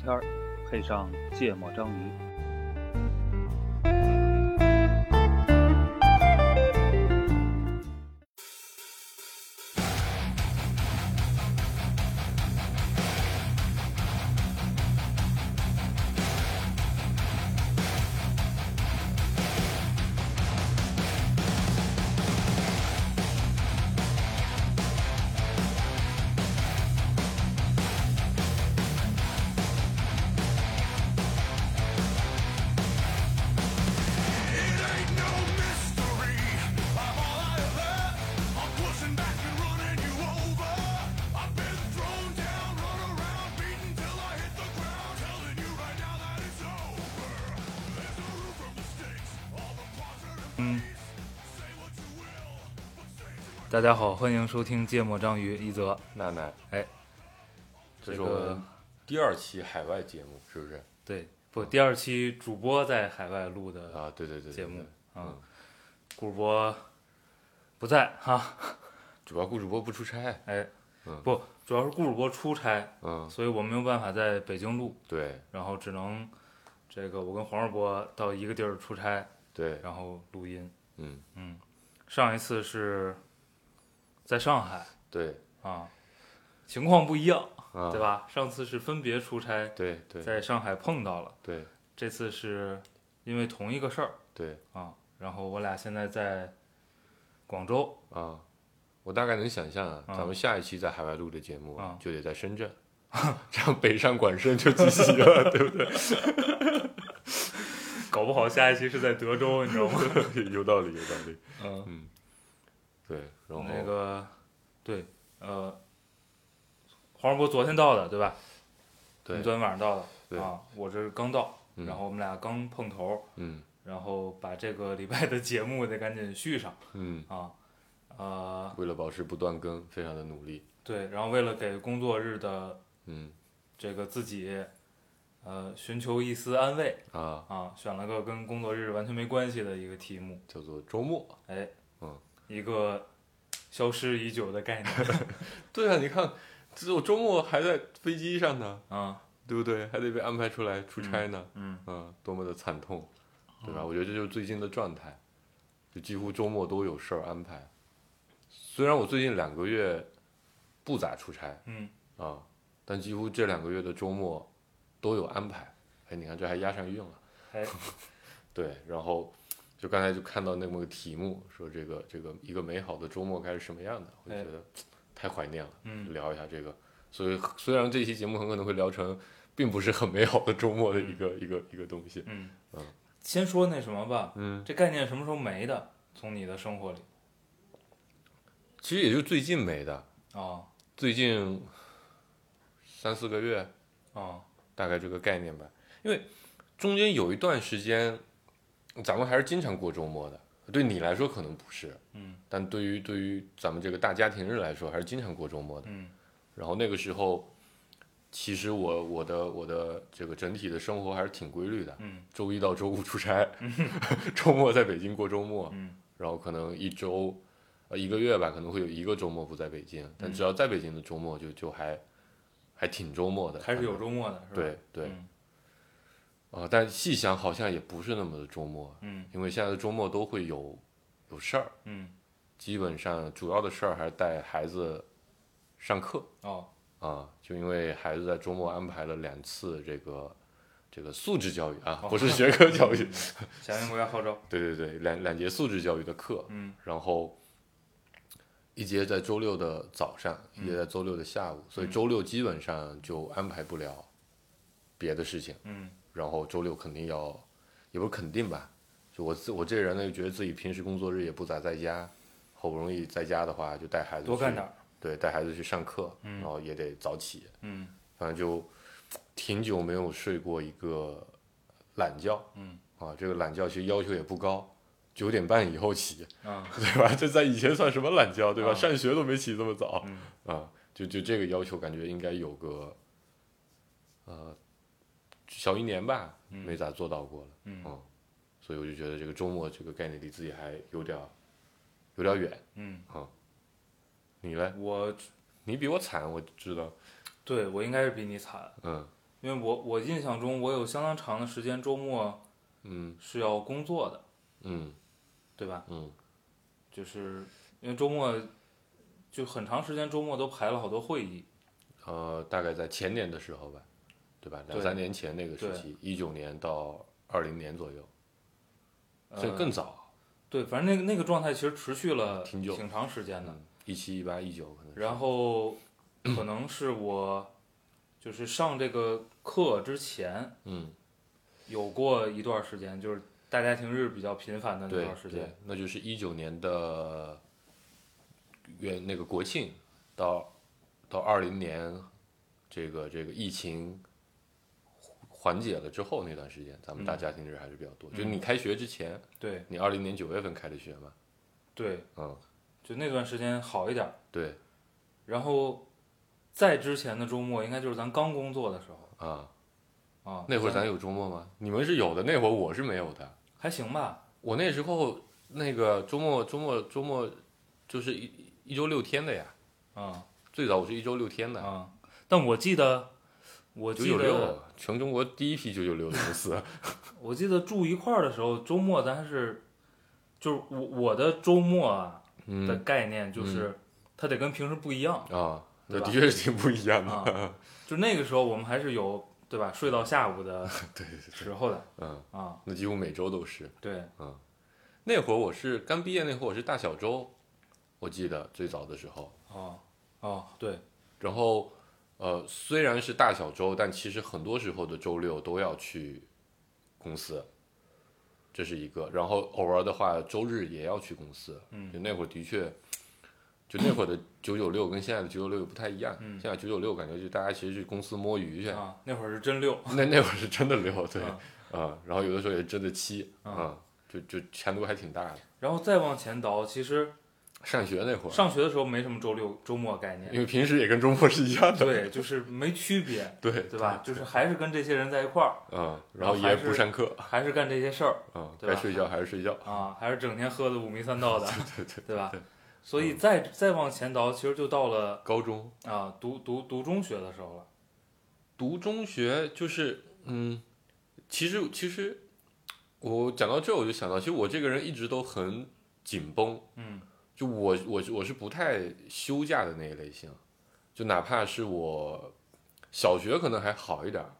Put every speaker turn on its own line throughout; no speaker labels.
片儿，配上芥末章鱼。
嗯，大家好，欢迎收听《芥末章鱼》一泽。
奈奈，
哎，
这
这
是我
个
们第二期海外节目，是不是？
对，不，第二期主播在海外录的
啊，对对对，对
节目
对
啊
嗯，
顾主播不在哈，
主要顾主播不出差，
哎
嗯，
不，主要是顾主播出差，
嗯，
所以我没有办法在北京录，
对
然后只能这个我跟黄世波到一个地儿出
哎
差，
对，
然后录音。
嗯
嗯，上一次是在上海
对
啊，情况不一样。
啊，
对？吧？上次是分别出差，
对对
在上海碰到了，
对
这次是因为同一个事儿
对
啊。然后我俩现在在广州，
啊，我大概能想象啊，
啊
咱们下一期在海外录的节目
啊
就得在深 圳，这样北上广深就集齐了， 对不
搞不好下一期是在德州，你知道吗？
对？有道理，有道理。
嗯，
嗯，对，然后
那个对，呃，黄世博昨天到的，对吧？
对
你昨天晚上到
对
的啊，我这是刚到，
嗯
然后我们俩刚碰头，
嗯
然后把这个礼拜的节目得赶紧续上
嗯，
啊。呃，
为了保持不断更，非常的努力。
对，然后为了给工作日的
嗯
这个自己，呃，寻求一丝安慰
啊，
啊，选了个跟工作日完全没关系的一个题目，
叫做周末。
哎，
嗯，
一个消失已久的概念
对啊，你看，这我周末还在飞机上呢，
啊，
对不对？还得被安排出来出差呢，
嗯，
嗯，多么的惨痛，对吧？我觉得这就是最近的状态，就几乎周末都有事儿安排。虽然我最近两个月不咋出差，
嗯
啊，但几乎这两个月的周末都有安排。哎，你看这还押上韵了，
哎，
对，然后。就刚才就看到那么个题目，说这个这个一个美好的周末该是什么样的，我就
哎
觉得太怀念了。
嗯，
聊一下这个。所以虽然这期节目很可能会聊成并不是很美好的周末的一个、一个一个东西，
嗯
嗯
先说那什么吧，
嗯，
这概念什么时候没的？从你的生活里
其实也就最近没的，
啊
最近三四个月
啊，
大概这个概念吧。因为中间有一段时间，咱们还是经常过周末的。对你来说可能不是，
嗯
但对于对于咱们这个大家庭日来说，还是经常过周末的。
嗯
然后那个时候，其实我我的我的这个整体的生活还是挺规律的，
嗯
周一到周五出差， 周末在北京过周末，
嗯
然后可能一周，呃一个月吧，可能会有一个周末不在北京，
嗯
但只要在北京的周末就就还还挺周末的，
还是有周末的，是吧？
对对
嗯
啊、但细想好像也不是那么的周末，
嗯
因为现在的周末都会有有事儿，
嗯，
基本上主要的事儿还是带孩子上课，
哦，
啊，就因为孩子在周末安排了两次这个这个素质教育啊
哦，
不是学科教育，
响应国家号召，
对对对，两两节素质教育的课，
嗯
然后一节在周六的早上，一节在周六的下午，
嗯
所以周六基本上就安排不了别的事情，
嗯
然后周六肯定要，也不是肯定吧，就我自我这人呢，就觉得自己平时工作日也不咋在家，好不容易在家的话，就带孩子
多干
去
点儿，
对，带孩子去上课，
嗯
然后也得早起。
嗯
反正就挺久没有睡过一个懒觉。
嗯，
啊，这个懒觉其实要求也不高，九点半以后起，
啊
对吧？这在以前算什么懒觉，对吧？
啊
上学都没起这么早
嗯
啊，就就这个要求，感觉应该有个呃小一年吧，
嗯
没咋做到过了。
嗯
嗯所以我就觉得这个周末这个概念离自己还有点儿有点儿远。啊
嗯，
你嘞？
我
你比我惨，我知道。
对我应该是比你惨，
嗯
因为我我印象中我有相当长的时间周末
嗯
是要工作的，
嗯
对吧？
嗯
就是因为周末就很长时间周末都排了好多会议，
呃，大概在前年的时候吧，对吧？两
对
三年前那个时
对
期，一九年到二零年左右，
呃
这更早。
对，反正那个那个状态其实持续了
挺久
挺长时间的。
嗯，一七、一八、一九可能是。
然后可能是我就是上这个课之前
嗯，
有过一段时间，就是大家庭日比较频繁的那
对
段时
对
间。，
那就是一九年的元那个国庆到到二零年，这个这个疫情缓解了之后那段时间，咱们大
嗯
家庭日还是比较多。
嗯
就你开学之前，
对
你二零年九月份开的学嘛？
对，
嗯，
就那段时间好一点儿。
对
然后在之前的周末，应该就是咱刚工作的时候
啊，
啊。
那会儿咱
咱
有周末吗？你们是有的，那会儿我是没有的。
还行吧？
我那时候那个周末周末周末就是一一周六天的呀，
啊
最早我是一周六天的，
啊，但我记得，我
九
记
九
得
六，啊全中国第一批九九六的公 司。
我记得住一块儿的时候，周末咱还是就是我我的周末啊，的
嗯
概念就是、它得跟平时不一 样。
啊，
对
那
吧
的确是挺不一样的。
啊，就那个时候我们还是有对吧，睡到下午的
对对对，
时候的
嗯，
啊，
那几乎每周都是。
对，
那会儿我是刚毕业，那会儿我是大小周，我记得最早的时候。
哦哦对，
然后，呃，虽然是大小周，但其实很多时候的周六都要去公司，这是一个。然后偶尔的话，周日也要去公司。
嗯
就那会儿的确，就那会儿的九九六跟现在的九九六又不太一样。
嗯
现在九九六感觉就大家其实去公司摸鱼去，
啊那会儿是真溜，
那那会儿是真的溜，对，
啊
啊、然后有的时候也真的七，
啊
啊、就就强度还挺大的。
然后再往前倒，其实
上学那会儿，
上学的时候没什么周六周末概
因
念，
为平时也跟周末是一样的，
对，就是没区别，
对
对吧？就是还是跟这些人在一块儿，
嗯，然
然后
后也
还是
不上课，
还是干这些事儿
嗯，
对吧
该睡觉还是睡觉，
啊，还是整天喝的五迷三道的，
对对。嗯
对吧？所以再再往前倒，其实就到了
高中
啊读读读中学的时候了，
读中学就是，嗯，其实其实我讲到这，我就想到，其实我这个人一直都很紧绷，
嗯
就我我是我是不太休假的那一类型，就哪怕是我小学可能还好一点儿，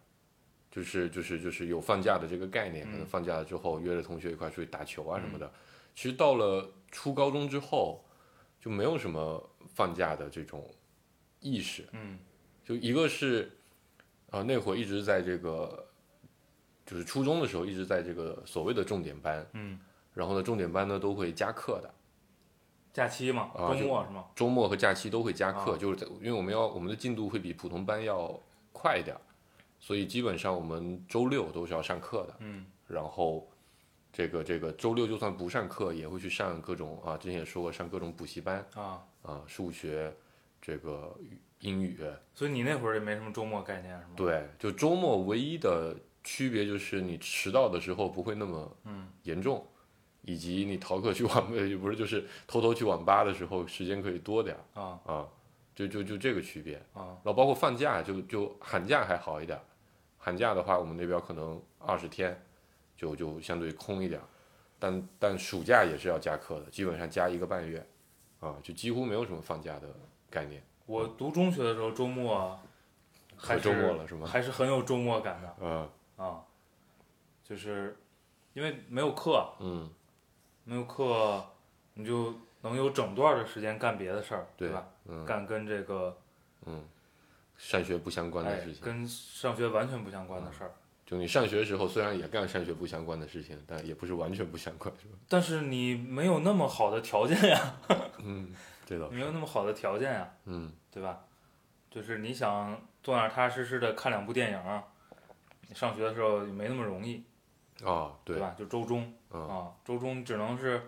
就是就是就是有放假的这个概念，
嗯
可能放假了之后约着同学一块儿出去打球啊什么的。其实到了初高中之后，就没有什么放假的这种意识，
嗯
就一个是，呃，那会儿一直在这个，就是初中的时候一直在这个所谓的重点班，
嗯，
然后呢，重点班呢都会加课的，
假期嘛，
啊
周
就
末是吗？
周末和假期都会加课，
啊
就是在因为我们要我们的进度会比普通班要快一点儿，所以基本上我们周六都是要上课的，
嗯
然后。这个这个周六就算不上课，也会去上各种啊，之前也说过上各种补习班
啊。
啊，数学，这个英语，
所以你那会儿也没什么周末概念是吗？
对，就周末唯一的区别就是你迟到的时候不会那么
嗯
严重，以及你逃课去 网吧，不是就是偷偷去网吧的时候时间可以多点儿
啊
啊，就就就这个区别。
啊
然后包括放假，就就寒假还好一点儿，寒假的话我们那边可能二十天就就相对空一点儿，但但暑假也是要加课的，基本上加一个半月，啊，就几乎没有什么放假的概念。
我读中学的时候周末还
可
是
周末了是吗？
还是很有周末感的
嗯
啊，就是因为没有课，啊
嗯，
没有课你就能有整段的时间干别的事儿，
对
吧？
嗯
干跟这个
嗯，上学不相关的
哎
事情。
跟上学完全不相关的事儿，
就你上学的时候，虽然也干上学不相关的事情，但也不是完全不相关，是 吧？
但是你没有那么好的条件呀，
嗯，对的
你。没有那么好的条件呀，
嗯
对吧？就是你想坐那儿踏踏实实的看两部电影，你上学的时候也没那么容易。
啊，对，
吧？就周中
嗯
啊，周中只能是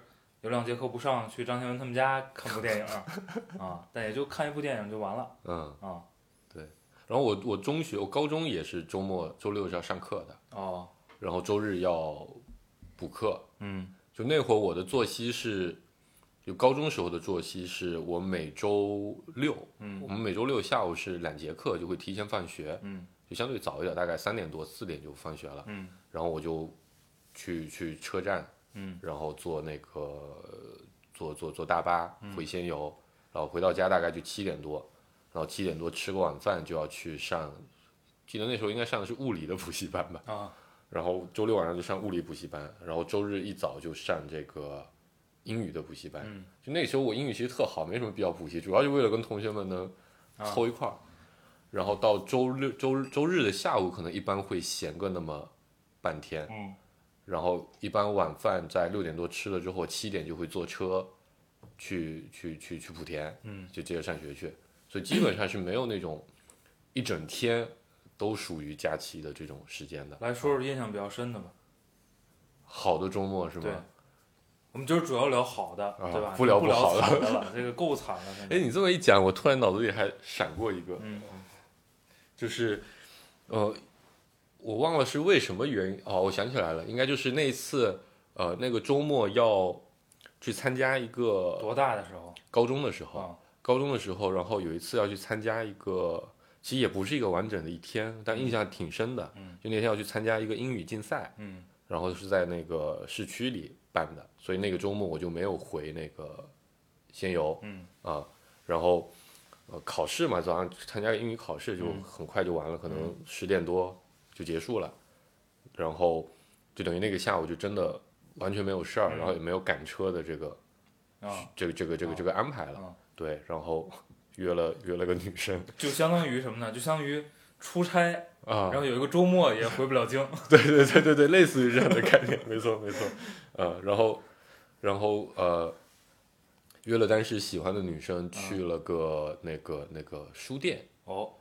有两节课不上，去张天文他们家看部电影儿啊，但也就看一部电影就完了
嗯。
啊。
然后我我中学我高中也是周末周六是要上课的，
哦，
然后周日要补课。
嗯
就那会儿我的作息是，就高中时候的作息是我每周六，
嗯
我们每周六下午是两节课，就会提前放学，
嗯
就相对早一点，大概三点多四点就放学了。
嗯
然后我就去去车站，
嗯
然后坐那个呃坐坐坐大巴
嗯
回仙游，然后回到家大概就七点多，然后七点多吃个晚饭就要去上，记得那时候应该上的是物理的补习班吧，
啊
然后周六晚上就上物理补习班，然后周日一早就上这个英语的补习班。
嗯
就那时候我英语其实特好，没什么必要补习，主要就为了跟同学们能
啊
凑一块儿。然后到周六、周日周日的下午，可能一般会闲个那么半天。
嗯
然后一般晚饭在六点多吃了之后，七点就会坐车去去去去莆田，
嗯，
就接着上学去。所以基本上是没有那种一整天都属于假期的这种时间的。
来说说印象比较深的吧。
好的周末是
对
吗？
我们今儿主要聊好的，
啊
对吧？
不聊
聊
不
聊
好的
惨的了，这个够惨了。真的
哎，你这么一讲，我突然脑子里还闪过一个，
嗯
就是，呃，我忘了是为什么原因哦，我想起来了，应该就是那一次，呃，那个周末要去参加一个
多大的时候
高中的时候，
啊？
高中的时候，然后有一次要去参加一个，其实也不是一个完整的一天，但印象挺深的，
嗯
就那天要去参加一个英语竞赛，
嗯
然后是在那个市区里办的，所以那个周末我就没有回那个仙游，
嗯
啊，然后呃考试嘛，早上参加英语考试就
嗯
很快就完了，可能
嗯
十点多就结束了，然后就等于那个下午就真的完全没有事儿，
嗯
然后也没有赶车的这个
啊，
这个这个这个这个安排
啊
了，对，然后约了约了个女生
就相当于什么呢？就相当于出差，
啊
然，后有一个周末也回不了 京。哦
对对对对对，类似于这样的概念，没错没错，呃，然后然后呃。约了当时喜欢的女
嗯
生去了个那个那个书店，
哦，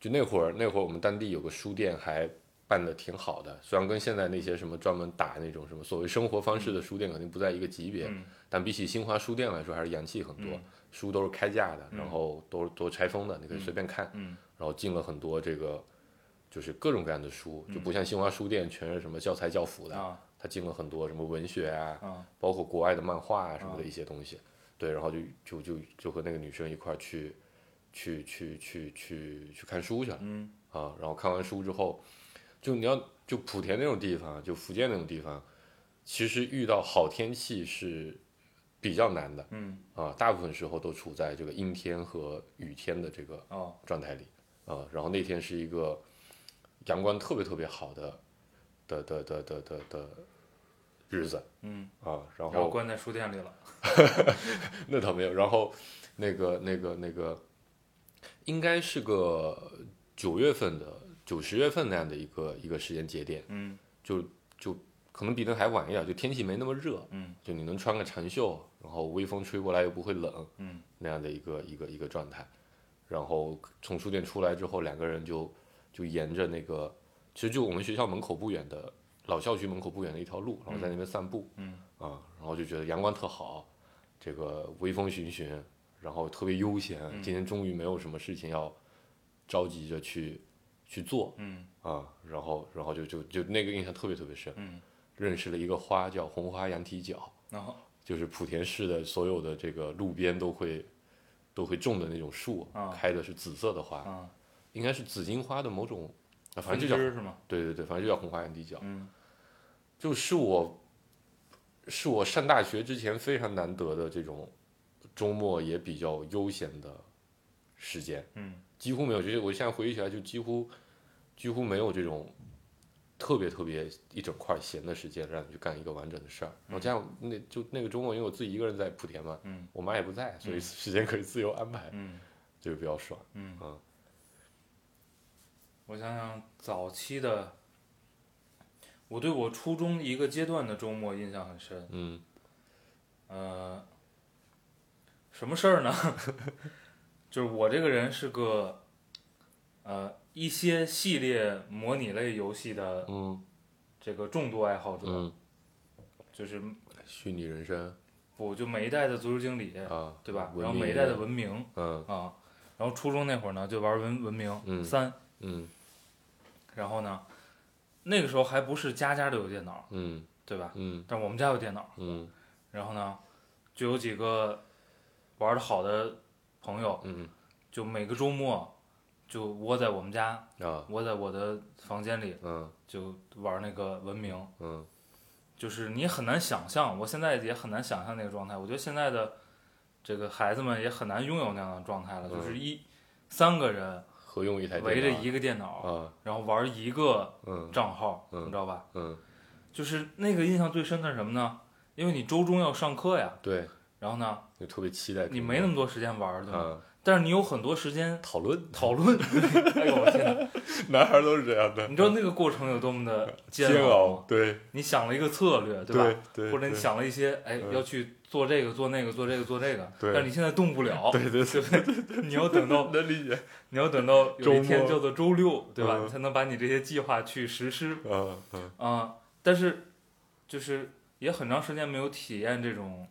就那会儿，那会儿我们当地有个书店还办的挺好的，虽然跟现在那些什么专门打那种什么所谓生活方式的书店肯定不在一个级别，
嗯
但比起新华书店来说还是洋气很多。
嗯
书都是开价的，
嗯
然后都都拆封的，你可以随便看。
嗯
然后进了很多这个就是各种各样的书，就不像新华书店全是什么教材教辅的，
啊
它进了很多什么文学啊，
啊
包括国外的漫画啊什么的一些东西，对，然后就就就就和那个女生一块儿去去去去去去看书去了
嗯
啊，然后看完书之后，就你要就莆田那种地方，啊就福建那种地方，其实遇到好天气是比较难的
嗯
啊，大部分时候都处在这个阴天和雨天的这个
哦
状态里啊。然后那天是一个阳光特别特别好的的的的的的的日子
嗯，
啊，然
然后
后
关在书店里了。
那倒没有。然后那个那个那个，应该是个九月份的九十月份那样的一个一个时间节点，
嗯
就就可能比那还晚一点，就天气没那么热，
嗯
就你能穿个长袖，然后微风吹过来又不会冷
嗯
那样的一个一个一个状态。然后从书店出来之后，两个人就就沿着那个，其实就我们学校门口不远的老校区门口不远的一条路，然后在那边散步。
嗯
啊，然后就觉得阳光特好，这个微风徐徐，然后特别悠闲。
嗯
今天终于没有什么事情要着急着去去做
嗯
啊，然后然后就就就那个印象特别特别深，
嗯，哦
认识了一个花叫红花羊蹄角，
然后
就是莆田市的所有的这个路边都会都会种的那种树，
啊
开的是紫色的花，
啊，
应该是紫荆花的某种，啊反正
分支
就叫
是吗？
对对对，反正就叫红花羊蹄角。
嗯
就是我，是我上大学之前非常难得的这种周末也比较悠闲的时间，
嗯
几乎没有。就是我现在回忆起来，就几乎几乎没有这种特别特别一整块闲的时间让你去干一个完整的事儿。然后加上那就那个周末，因为我自己一个人在莆田嘛，
嗯
我妈也不在，所以时间可以自由安排，
嗯
就是比较爽。
嗯
啊
我想想，早期的我对我初中一个阶段的周末印象很深。
嗯
呃，什么事儿呢？ 就是我这个人是个，呃，一些系列模拟类游戏的
嗯
这个重度爱好者，
嗯，
就是
虚拟人生
我就每一代的足球经理，
啊，
对吧？
文
然后
明
每一代的文明
嗯
啊，然后初中那会儿呢，就玩文文明、
嗯
三，
嗯
然后呢，那个时候还不是家家都有电脑，
嗯
对吧？
嗯
但是我们家有电脑，
嗯
然后呢，就有几个玩的好的朋友，
嗯
就每个周末就窝在我们家，
啊，
窝在我的房间里，
嗯
就玩那个文明。
嗯
就是你很难想象，我现在也很难想象那个状态。我觉得现在的这个孩子们也很难拥有那样的状态了，
嗯哎
就是一三个人
合用一台电脑
围着一个电脑，
啊，
然后玩一个
嗯
账号，
嗯
你知道吧？
嗯，
就是那个印象最深的是什么呢？因为你周中要上课呀，
对，
然后呢，
就特别期待
你没那么多时间玩儿，对吧？
啊
但是你有很多时间
讨论，
讨论。 哎呦我天哪！
男孩都是这样的，
你知道那个过程有多么的煎
煎
熬吗？
对
你想了一个策略，吧？
对对，
或者你
对
想了一些，哎，
嗯
要去做这个做那个做这个做这个，
对
但是你现在动不了，
对对对，
对不对？ 你要等到
能理解，
你要等到有一
周
天
末
叫做周六，对吧？
嗯
你才能把你这些计划去实施
嗯嗯，
啊、但是就是也很长时间没有体验这种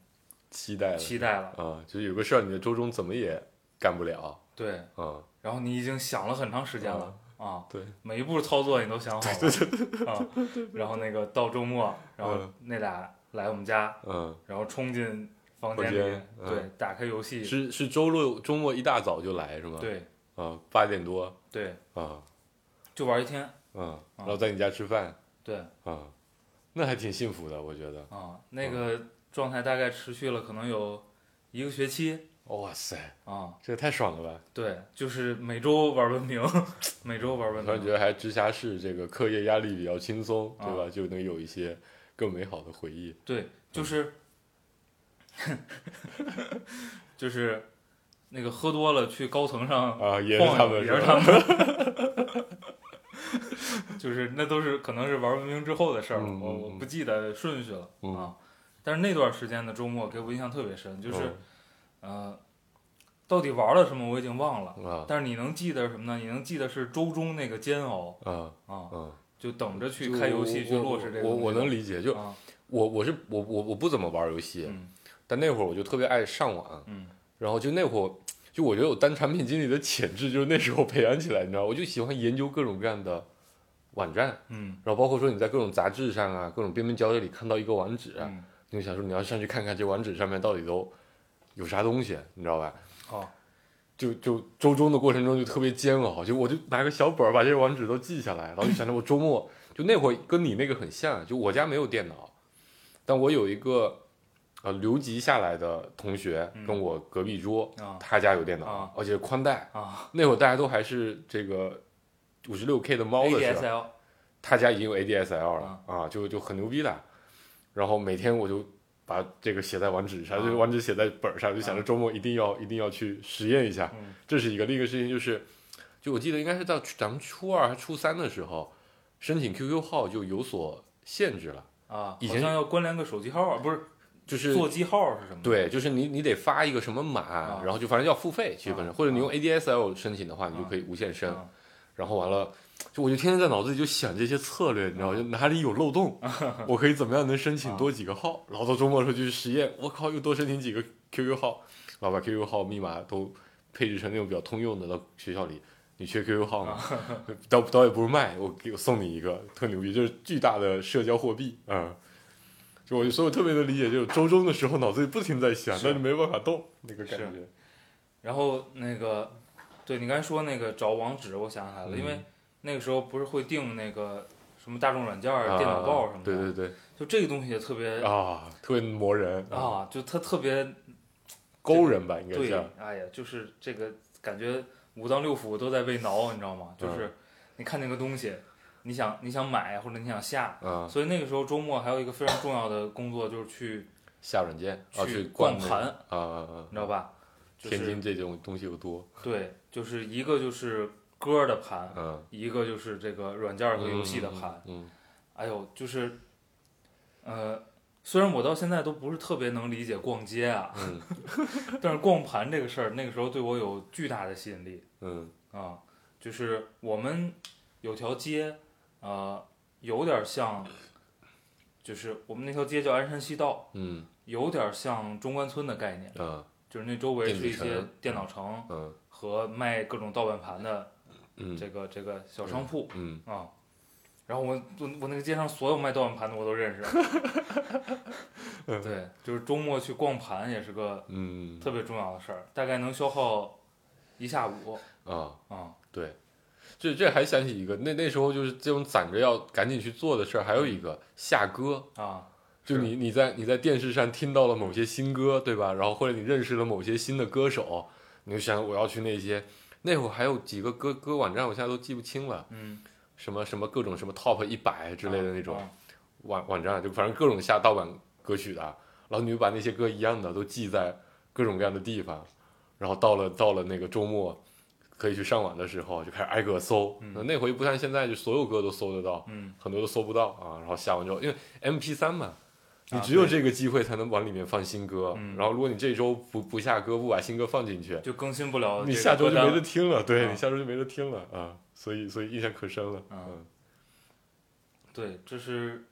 期待了
期待了，
啊，就是有个事儿，你的周中怎么也干不了
对。
啊，
然后你已经想了很长时间了啊，
对，
每一步操作你都想好了啊。然后那个到周末，然后
嗯
那俩来我们家，
嗯，
然后冲进房
房
间里
间，嗯
对，打开游戏，
是是周六周末一大早就来是吗？，
对
啊，八点多
对。
啊
就玩一天。
啊，
啊
然后在你家吃饭
对啊、
啊，那还挺幸福的，我觉得。
那个状态大概持续了可能有一个学期
哇塞，
啊、
这也太爽了吧！
对，就是每周玩文明， 每周玩文
突然觉
明。
得还直辖市这个课业压力比较轻松，对吧？
啊
就能有一些更美好的回忆。
对，就是， 就是那个喝多了去高层上
啊也是
晃
他
悠，
们
也
是
是
吧
他们。 就是那都是可能是玩文明之后的事儿了，
嗯嗯
我我不记得顺序了、
嗯
啊。但是那段时间的周末给我印象特别深，就是、
哦
呃，到底玩了什么我已经忘了，
嗯啊
但是你能记得什么呢？你能记得是周中那个煎熬
啊
啊，
啊！
就等着去
就
开游
我
戏
我
去落实这个
我
东西
我能理解，就
啊，
我我是我我我不怎么玩游戏，
嗯
但那会儿我就特别爱上网，
嗯
然后就那会儿。就我觉得我单产品经理的潜质就是那时候培养起来，你知道，我就喜欢研究各种各样的网站，
嗯
然后包括说你在各种杂志上啊、各种边边角角里看到一个网址，啊
嗯，
你就想说你要上去看看这网址上面到底都有啥东西，你知道吧？
好，
就就周中的过程中就特别煎熬，就我就拿个小本儿把这些网址都记下来，然后就想着我周末就那会儿跟你那个很像，就我家没有电脑，但我有一个呃留级下来的同学
嗯
跟我隔壁桌，
啊
他家有电脑，
啊
而且宽带，
啊
那会儿大家都还是这个五十六 K 的
啊
猫的时候，
，ADSL
他家已经有 ADSL 了
嗯
啊就就很牛逼的。然后每天我就把这个写在网址上，
啊
就是网址写在本儿上，就想着
啊
周末一定要一定要去实验一下。
嗯
这是一个，另一个事情就是，就我记得应该是到咱们初二还初三的时候，申请 QQ 号就有所限制了，
啊，
以
好
前
像要关联个手机号，不是
就是
座机号是什么？，
对，就是你你得发一个什么码，
啊
然后就反正要付费，其实本身、或者你用 ADSL 申请的话，你就
啊
可以无限申。
啊
然后完了，就我就天天在脑子里就想这些策略，你知道
啊
吗？就哪里有漏 洞，我可以怎么样能申请多几个号？
啊
然后到周末的时候就去实验，我靠，又多申请几个 QQ 号，然后把 QQ 号密码都配置成那种比较通用的，到学校里你缺 QQ 号吗？
啊
倒倒也不是卖，我给我送你一个，特牛逼，就是巨大的社交货币，嗯。就我，所以我特别能理解，就是周中的时候脑子里不停在想，
是
但是没办法动那个感
是
觉。
然后那个，对你刚才说那个找网址，我想起来了，
嗯
因为那个时候不是会订那个什么大众软件儿、
啊
电脑报什么
对对
的，
对，
就这个东西也特别
啊，特别磨人，嗯
啊，就它特别
勾人吧，应该
对
叫。，
哎呀，就是这个感觉五脏六腑都在被挠，你知道吗？
嗯
就是你看那个东西，你想你想买或者你想下，
啊，
所以那个时候周末还有一个非常重要的工作就是去，
下软件啊，去
去逛
那个
盘
啊啊
你
啊！
知道吧？就
天津
是
这种东西又多，
对，就是一个就是歌儿的盘，
嗯，
一个就是这啊个软件儿和游戏的盘，
嗯，
哎呦，就是，呃，虽然我到现在都不是特别能理解逛街啊，
嗯
但是逛盘这个事儿，那个时候对我有巨大的吸引力
嗯
啊。就是我们有条街，呃，有点像，就是我们那条街叫鞍山西道，
嗯
有点像中关村的概念，
嗯啊
就是那周围
电子
是一些
城
电脑城
嗯
和卖各种盗版盘的
嗯
这个这个小商铺。
嗯，
啊、然后我我我那个街上所有卖盗版盘的我都 认识，对，就是周末去逛盘也是个
嗯
特别重要的事儿，大概能消耗一下午
啊，
啊、
这这还想起一个，那那时候就是这种攒着要赶紧去做的事儿，还有一个
嗯
下歌，
啊，
就是你你在你在电视上听到了某些新歌，对吧？然后或者你认识了某些新的歌手，你就想我要去那些。那会儿还有几个歌歌网站，我现在都记不清了，
嗯，
什么什么各种什么 Top 一百之类的那种
啊
网网站，就反正各种下盗版歌曲的，然后你就把那些歌一样的都记在各种各样的地方，然后到了到了那个周末可以去上网的时候，就开始挨个搜。
嗯
那那回不像现在，就所有歌都搜得到，
嗯，
很多都搜不到啊。然后下完之后，因为 M P 三嘛，你
啊
只有这个机会才能往里面放新歌。
嗯
然后如果你这周不不下歌，不把新歌放进去，
就更新不哦了这个歌单了。
你下周就没得听了。对、
啊
你下周就没得听了啊。所以所以印象可深了。
啊
嗯，
对，这是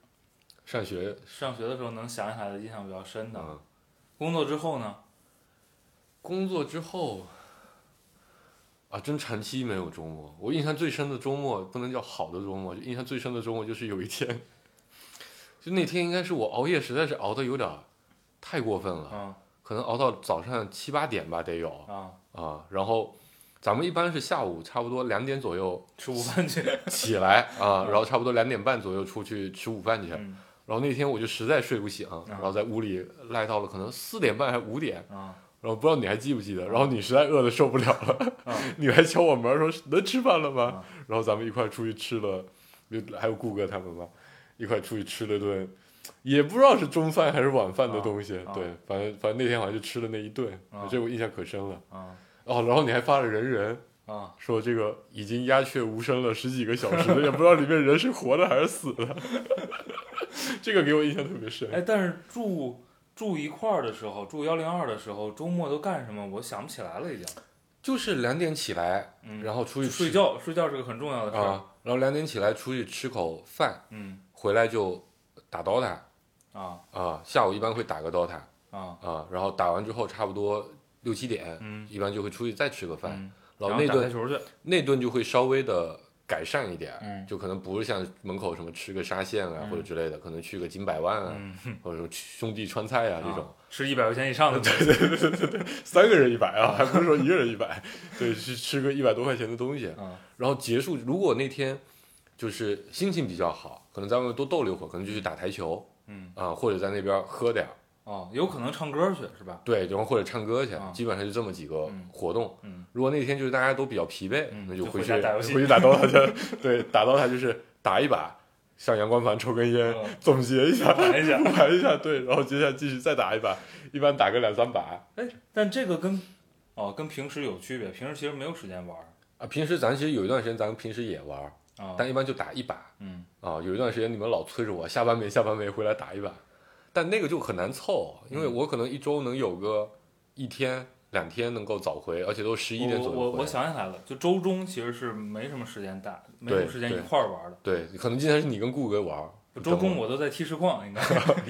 上学
上学的时候能想起来的印象比较深的。
啊。
工作之后呢？
工作之后，啊，真长期没有周末。我印象最深的周末，不能叫好的周末，就印象最深的周末就是有一天， 就那天应该是我熬夜，实在是熬的有点儿太过分了，
啊
可能熬到早上七八点吧，得有
啊，
啊。然后咱们一般是下午差不多两点左右
吃午饭去。
起来啊，然后差不多两点半左右出去吃午饭去。
嗯
然后那天我就实在睡不醒，然后在屋里赖到了可能四点半还五点。
啊
然后不知道你还记不记得，然后你实在饿的受不了了，
啊
你还敲我门说能吃饭了吗
啊？
然后咱们一块出去吃了，就还有顾哥他们嘛，一块出去吃了顿，也不知道是中饭还是晚饭的东西，
啊啊
对，反正反正那天好像就吃了那一顿，
啊
这我印象可深了。
啊
哦，然后你还发了人人
啊！
说这个已经鸦雀无声了十几个小时了，也不知道里面人是活的还是死的， 这个给我印象特别深。
哎，但是住住一块儿的时候，住幺零二的时候，周末都干什么？我想不起来了，已经。
就是两点起来，
嗯，
然后出去吃
睡觉，睡觉是个很重要的事儿。
啊，然后两点起来出去吃口饭。
嗯
回来就打 DOTA
啊
啊，下午一般会打个 DOTA
啊
啊，然后打完之后差不多六七点，
嗯
一般就会出去再吃个饭，
嗯，
然
然
后
后
那
打台
顿
球去。
那顿就会稍微的改善一点，
嗯
就可能不是像门口什么吃个沙县啊、
嗯
或者之类的，可能去个金百万啊，
嗯，
或者说去兄弟川菜啊这种，
啊吃一百块钱以上的。对
三个人一百啊，还不是说一个人一百， 对，去吃个一百多块钱的东西，
啊
然后结束。如果那天就是心情比较好，可能在外面多逗留会儿，可能就去打台球
嗯
啊，或者在那边喝点儿。
哦，有可能唱歌去是吧？
对，然后或者唱歌去，
啊
基本上就这么几个
嗯
活动。
嗯
如果那天就是大家都比较疲惫，
嗯
那
就
回
回
去
家打游戏
回去打 DOTA 去，对，打 DOTA 就是打一把，上阳光房抽根烟，
嗯
总结一下，
玩一下
玩一下，对，然后接下来继续再打一把，一般打个两三把。
哎，但这个跟哦跟平时有区别，平时其实没有时间玩儿
啊，平时咱其实有一段时间，咱们平时也玩儿，
啊。
但一般就打一把
嗯
啊。有一段时间你们老催着我下班没下班没回来打一把，但那个就很难凑，因为
嗯
我可能一周能有个一天两天能够早回，而且都十一点
我
左右
我
回
我想起来了，就周中其实是没什么时间打，没什么时间一
对
块儿玩的。
对，可能今天是你跟顾哥玩儿，
周中我都在踢实 况，应该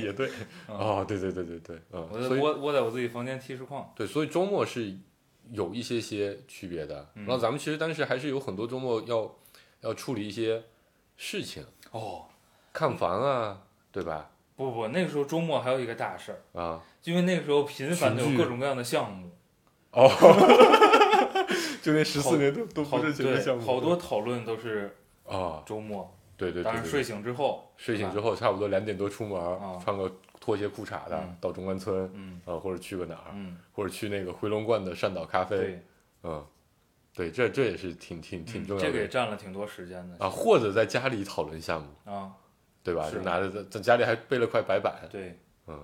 也对，哦，对对对对对，
我
嗯，
在
所以
窝窝在我自己房间踢实况。
对，所以周末是有一些些区别的。然后咱们其实当时还是有很多周末要要处理一些事情，
哦，
看房啊，对吧？
不不，那个时候周末还有一个大事儿，
啊，
因为那个时候频繁的
群聚
有各种各样的项目，
哦，就那十
好
四年都都
好
不是节目项
对，
目，
好多讨论都是
啊，
周末，
对对对
当然
对
睡醒之后，
睡醒之后差不多两点多出门儿，穿个拖鞋裤衩的
嗯
到中关村
嗯
啊，或者去个哪儿，
嗯，
或者去那个回龙观的善岛咖啡。
对，
嗯，对，这这也是挺挺挺
嗯
重要的、
这个也占了挺多时间的
啊，或者在家里讨论项目，
啊，
对吧？
是
就拿着在在家里还备了块白板，
对，
嗯，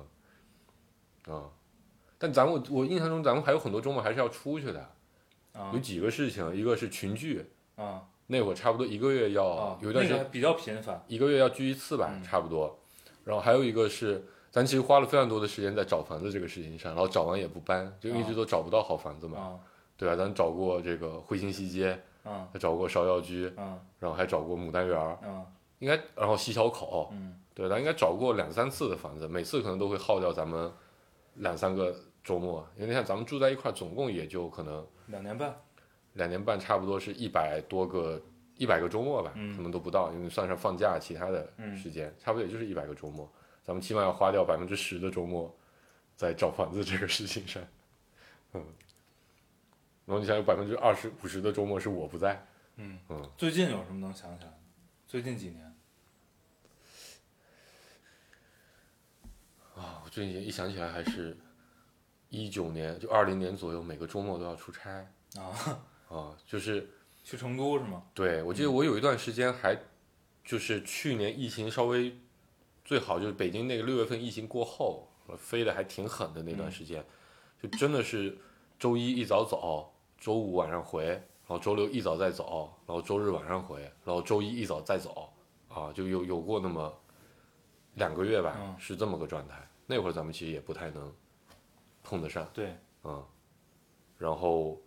啊、但咱们我印象中咱们还有很多周末还是要出去的，
啊
有几个事情，一个是群聚，
啊
那会儿差不多一个月要、
啊，
哦有一段时
那
间、
个还比较频繁，
一个月要聚一次吧，
嗯
差不多。然后还有一个是，咱其实花了非常多的时间在找房子这个事情上，然后找完也不搬，就
哦
一直都找不到好房子嘛，
啊
对吧？咱找过这个惠新西街，
啊
还找过芍药居，
啊
然后还找过牡丹园儿，
啊，
应该然后西桥口，
嗯
对，咱应该找过两三次的房子，每次可能都会耗掉咱们两三个周末，因为你看咱们住在一块儿，总共也就可能
两年半，
两年半，差不多是一百多个一百个周末吧，
嗯
可能都不到，因为算上放假其他的
嗯
时间，差不多也就是一百个周末，咱们起码要花掉百分之十的周末在找房子这个事情上，嗯，然后你想有百分之二十五十的周末是我不在，
嗯
嗯，
最近有什么能想起来的？最近几年，
啊，我最近一想起来还是，一九年就二零年左右，每个周末都要出差
啊
啊，就是
去成都是吗？
对，我记得我有一段时间还，就是去年疫情稍微最好，就是北京那个六月份疫情过后，我飞的还挺狠的那段时间，就真的是周一一早走，周五晚上回，然后周六一早再走，然后周日晚上回，然后周一一早再走，啊，就有有过那么两个月吧，
嗯
是这么个状态。那会儿咱们其实也不太能碰得上。
对，
嗯，然后，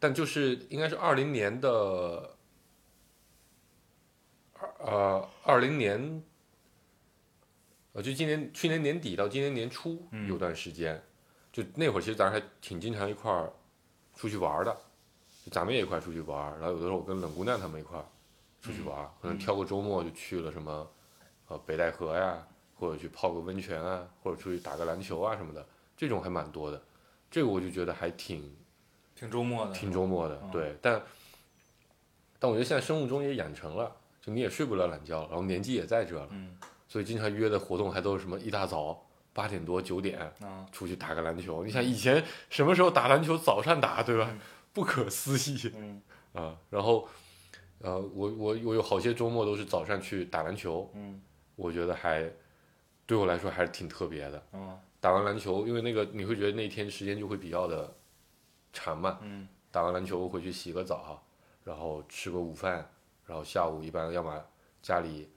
但就是应该是二零年的，二呃二零年，呃就今年去年年底到今年年初
嗯
有段时间，就那会儿其实咱还挺经常一块儿出去玩儿的，就咱们也一块儿出去玩儿，然后有的时候我跟冷姑娘他们一块儿出去玩儿，可能挑个周末就去了什么，呃北戴河呀，或者去泡个温泉啊，或者出去打个篮球啊什么的，这种还蛮多的。这个我就觉得还挺
挺周末的。
挺周末的
嗯，
对，但但我觉得现在生物钟也养成了，就你也睡不了懒觉，然后年纪也在这了，
嗯
所以经常约的活动还都是什么一大早八点多九点
啊，
出去打个篮球。你想以前什么时候打篮球？早上打，对吧
嗯？
不可思议
嗯
啊！然后，呃，我我我有好些周末都是早上去打篮球，
嗯
我觉得还对我来说还是挺特别的。
啊
打完篮球，因为那个你会觉得那天时间就会比较的长嘛，
嗯
打完篮球回去洗个澡，然后吃个午饭，然后下午一般要么家里，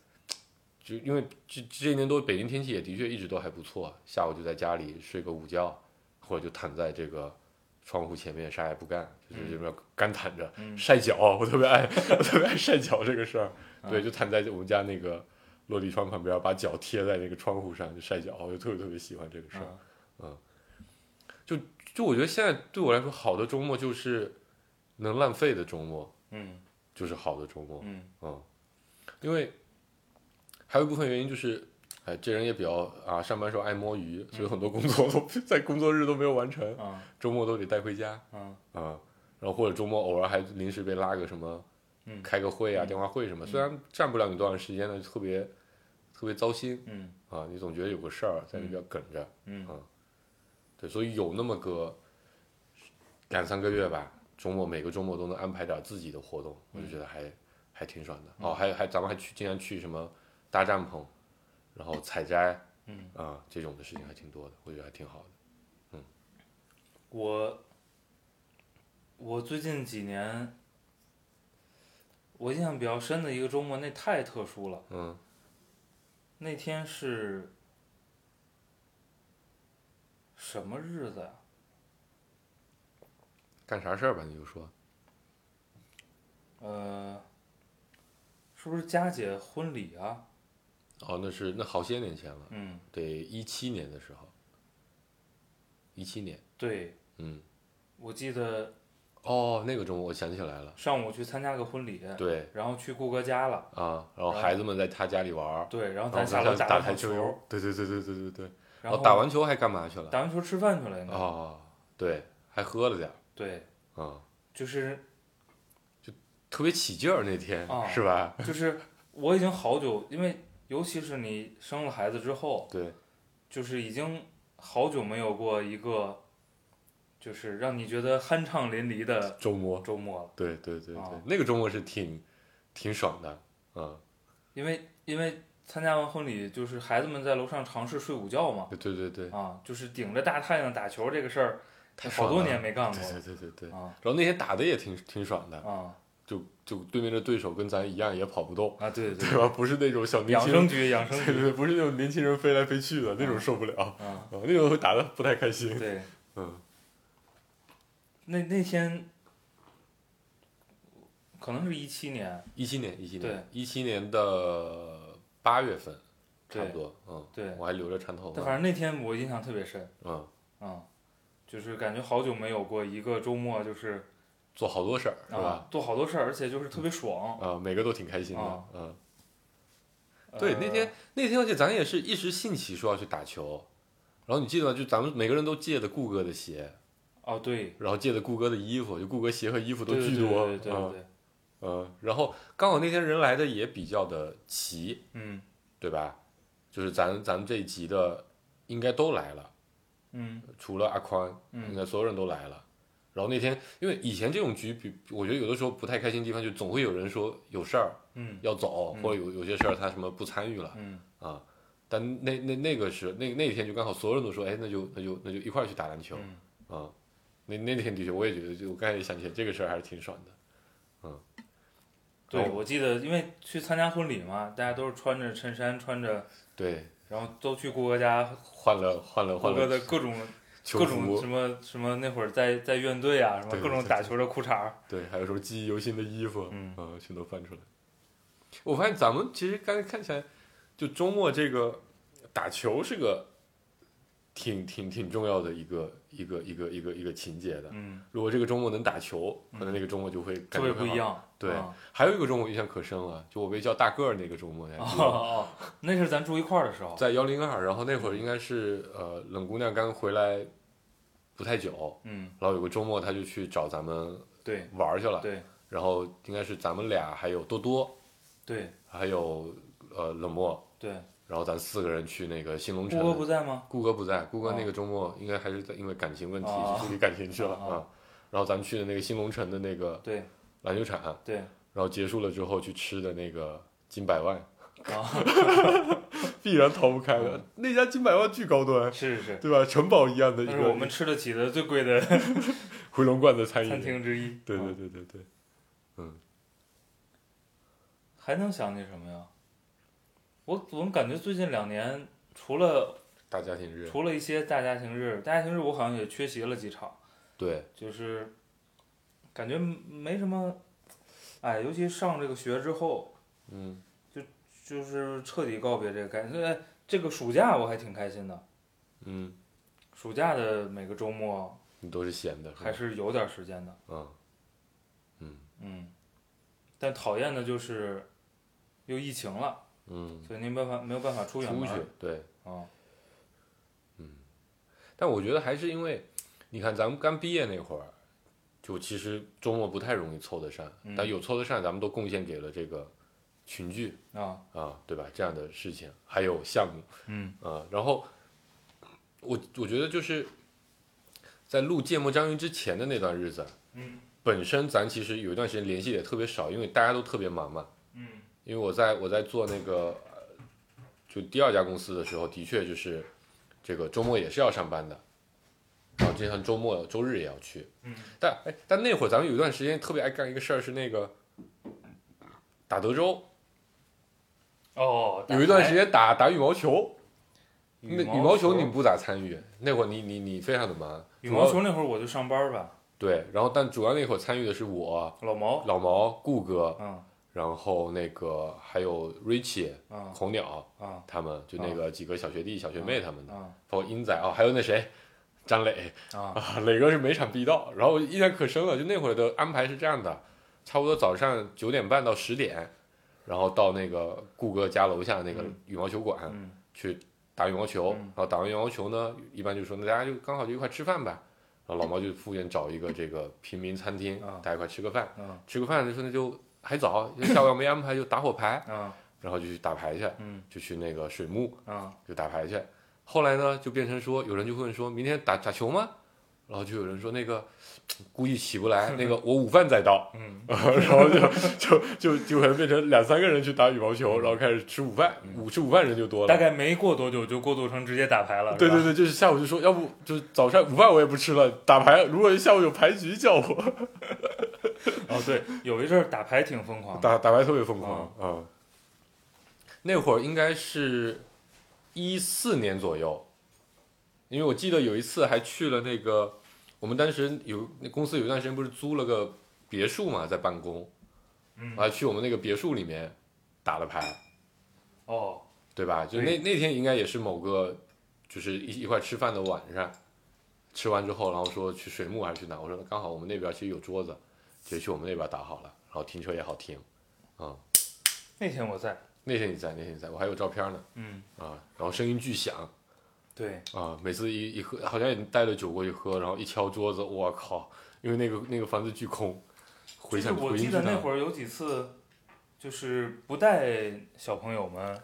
就因为这这一年多北京天气也的确一直都还不错，下午就在家里睡个午觉，或者就躺在这个窗户前面啥也不干，就是这么干躺着、
嗯
晒脚，我特别爱我特别爱晒脚这个事儿，对，
啊
就躺在我们家那个落地窗旁边，把脚贴在那个窗户上就晒脚，我就特别特别喜欢这个事儿。
啊
就我觉得现在对我来说，好的周末就是能浪费的周末，
嗯
就是好的周末。
嗯
嗯，因为还有一部分原因就是，哎，这人也比较啊，上班时候爱摸鱼，所以很多工作都 在工作日都没有完成，
啊
周末都得带回家啊、
啊
然后或者周末偶尔还临时被拉个什么
嗯
开个会啊、
嗯
电话会什么，虽然占不了你多长时间呢，就特别特别糟心
嗯
啊，你总觉得有个事儿在那边梗着。啊
嗯
对，所以有那么个两三个月吧，周末每个周末都能安排点自己的活动，我
嗯
就觉得还、还挺爽的。哦，还还咱们还去经常去什么搭帐篷，然后采摘，
嗯
啊、这种的事情还挺多的，我觉得还挺好的。
我我最近几年，我印象比较深的一个周末，那太特殊了。
嗯
那天是什么日子呀、
干啥事儿吧？你就说，
呃，是不是佳姐婚礼啊？
哦，那是那好些年前了，
嗯，
得一七年的时候，一七年，
对，
嗯，
我记得
哦，那个周末我想起来了，
上午去参加个婚礼，
对
然后去顾哥家了，
啊，然后孩子们在他家里玩儿，
对，然后
哦然
咱
后咱
下楼
打
了
台
场
球，对对对对对对对。
然
哦
后
打完球还干嘛去了？
打完球吃饭去了，应该、
哦，对，还喝了点儿，
对，
嗯，
就是
特别起劲儿那天、
哦
是吧？
就是我已经好久，因为尤其是你生了孩子之后，
对，
就是已经好久没有过一个，就是让你觉得酣畅淋漓的
周末，
周末了。
对对对对，
哦
那个周末是挺挺爽的，嗯，
因为因为参加完婚礼，就是孩子们在楼上尝试睡午觉嘛，
对对对，
啊，就是顶着大太阳打球这个事儿，
太爽
好
了
多年没干过
对
了
对对对对。
啊
然后那天打的也挺挺爽的，
啊
就就对面的对手跟咱一样也跑不动，
啊！对 对
对吧？不是那种小年
养
轻
生
人，
局养生
对 对
局
对，不是那种年轻人飞来飞去的那种受不了，啊、
啊，
那种会打的不太开心。
对，
嗯，
那那天可能是一七年，
一七年，一七
对
年，一七年的八月份，差
对
不多，嗯，
对，
我还留着长头
但
发，
反正那天我印象特别深
嗯，
啊，就是感觉好久没有过一个周末就是
做好多事儿，是吧？
啊做好多事儿，而且就是特别爽。
啊，每个都挺开心的
啊，
嗯，对，
呃
那天那天，而且咱也是一时兴起说要去打球，然后你记得吗？就咱们每个人都借的顾哥的鞋，
哦对，
然后借的顾哥的衣服，就顾哥鞋和衣服都
对对
巨
对
多
对对对
啊，
对，
嗯，然后刚好那天人来的也比较的齐，
嗯
对吧？就是咱咱们这一集的应该都来了，
嗯
除了阿宽，应
嗯
该所有人都来了。然后那天，因为以前这种局，比我觉得有的时候不太开心的地方，就总会有人说有事儿
嗯
要走，
嗯
或者有有些事儿他什么不参与了
嗯
啊。但那那那个是那那天就刚好所有人都说，哎，那就那就那就一块儿去打篮球
嗯，
啊。那那天的确，我也觉得，就我刚才也想起来这个事儿还是挺爽的。哦
对，我记得，因为去参加婚礼嘛，大家都是穿着衬衫，穿着，
对，
然后都去顾哥家，
换了换了
顾
换
哥
了
的各种
球
各种
服
什，么什么，那会儿在在院队啊，什么
对
各种
对
打球的裤衩儿，
对，还有什么记忆犹新的衣服，
嗯
啊，全都翻出来。我发现咱们其实刚才看起来，就周末这个打球是个挺挺挺重要的一个一个一个一个一个情节的。
嗯，
如果这个周末能打球，可能
嗯
那个周末就会
特
感
别
觉
不
会好
一。样。
对
啊
还有一个周末我印象可深了，就我被叫大个儿那个周 末，你还记得吗
哦，哦那是咱住一块儿的时候，
在幺零二，然后那会儿
嗯
应该是呃冷姑娘刚回来不太久，
嗯，
然后有个周末她就去找咱们
对
玩儿去了，
对
然后应该是咱们俩还有多多，
对
还有呃冷漠，
对，
然后咱四个人去那个新龙
顾哥
城。
不在吗？
顾哥不在，顾哥
哦
那个周末应该还是在因为感情问题
哦
去处理感情去了
哦哦
啊。然后咱们去的那个新龙城的那个
对
篮球场，然
对，
后结束了之后去吃的那个金百万，
啊，
必然逃不开
嗯
的。那家金百万巨高端，
是是是，
对吧？城堡一样的一
那是我们
个
吃得起的最贵的
回龙观的餐饮
餐，厅之一。
对对
啊，
对对对。
还能想起什么呀？我总感觉最近两年，除了
大家庭日，
除了一些大家庭日，大家庭日我好像也缺席了几场，
对
就是感觉没什么，哎，尤其上这个学之后，
嗯，
就是彻底告别这个概念。呃这个暑假我还挺开心的，
嗯，
暑假的每个周末
你都是闲的，
还
是
是有点时间的，
吧嗯嗯
嗯。但讨厌的就是又疫情了，
嗯，
所以没办法没有办法出远
出
门
去
儿
对。
啊。
但我觉得还是因为，你看咱们刚毕业那会儿，就其实周末不太容易凑得上，
嗯
但有凑得上，咱们都贡献给了这个群聚
啊，
啊，对吧？这样的事情还有项目
嗯
啊，然后我我觉得就是在录《芥末章鱼》之前的那段日子，
嗯，
本身咱其实有一段时间联系也特别少，因为大家都特别忙嘛，
嗯
因为我在我在做那个呃就第二家公司的时候，的确就是这个周末也是要上班的，然后经常周末周日也要去。
嗯，
但哎，但那会儿咱们有一段时间特别爱干一个事儿，是那个打德州，
哦，
有一段时
间
间打打羽毛球。那
羽
羽毛球
球
你们不咋参与，那会儿你你你非常的忙。
羽
主
毛
要
球那会儿我就上班儿吧，
对，然后但主要那会儿参与的是我、
老毛，
老毛、顾哥，
嗯
然后那个还有 Richie、
嗯
红鸟，
嗯
他们就那个几个小学弟、小学妹他们的，
嗯
包括英仔啊、还有那谁，张磊
啊
啊， 磊哥是每场必到。然后我印象可深了，就那会儿的安排是这样的，差不多早上九点半到十点，然后到那个顾哥家楼下那个
嗯
羽毛球馆、
嗯
去打羽毛球。
嗯
然后打完羽毛球呢，一般就说那大家就刚好就一块吃饭吧。然后老毛就附近找一个这个平民餐厅，
啊
大家一块吃个饭。
嗯
吃个饭就说那就还早，下午要没安排就打火牌，
嗯
然后就去打牌去，
嗯
就去那个水幕。
嗯
就打牌去。后来呢，就变成说，有人就会问说，明天打打球吗？然后就有人说那个估计起不 来，那个我午饭再到，
嗯
然后就就就就可能变成两三个人去打羽毛球，然后开始吃午饭，午吃午饭人就多了。
嗯大概没过多久就过渡成直接打牌了，是
对
吧
对对，就是下午就说，要不就是早上午饭我也不吃了，打牌。如果下午有牌局叫我
哦对，有一阵儿打牌挺疯狂的，
打打牌，特别疯狂啊、嗯那会儿应该是一四年左右，因为我记得有一次还去了那个，我们当时有那公司有一段时间不是租了个别墅嘛，在办公，
嗯
我还去我们那个别墅里面打了牌，
哦
对吧？就那那天应该也是某个就是一一块吃饭的晚上，吃完之后，然后说去水木还是去哪？我说刚好我们那边其实有桌子，就去我们那边打好了，然后停车也好停。
那天我在，
那天你在，那天你在，我还有照片呢
嗯
啊，然后声音巨响
对，
啊，每次一一喝，好像也带了酒过去喝，然后一敲桌子，我靠，因为那个那个房子巨空，回
就是
想
我
回
记
音
得
知
那
道，
会儿有几次，就是不带小朋友们，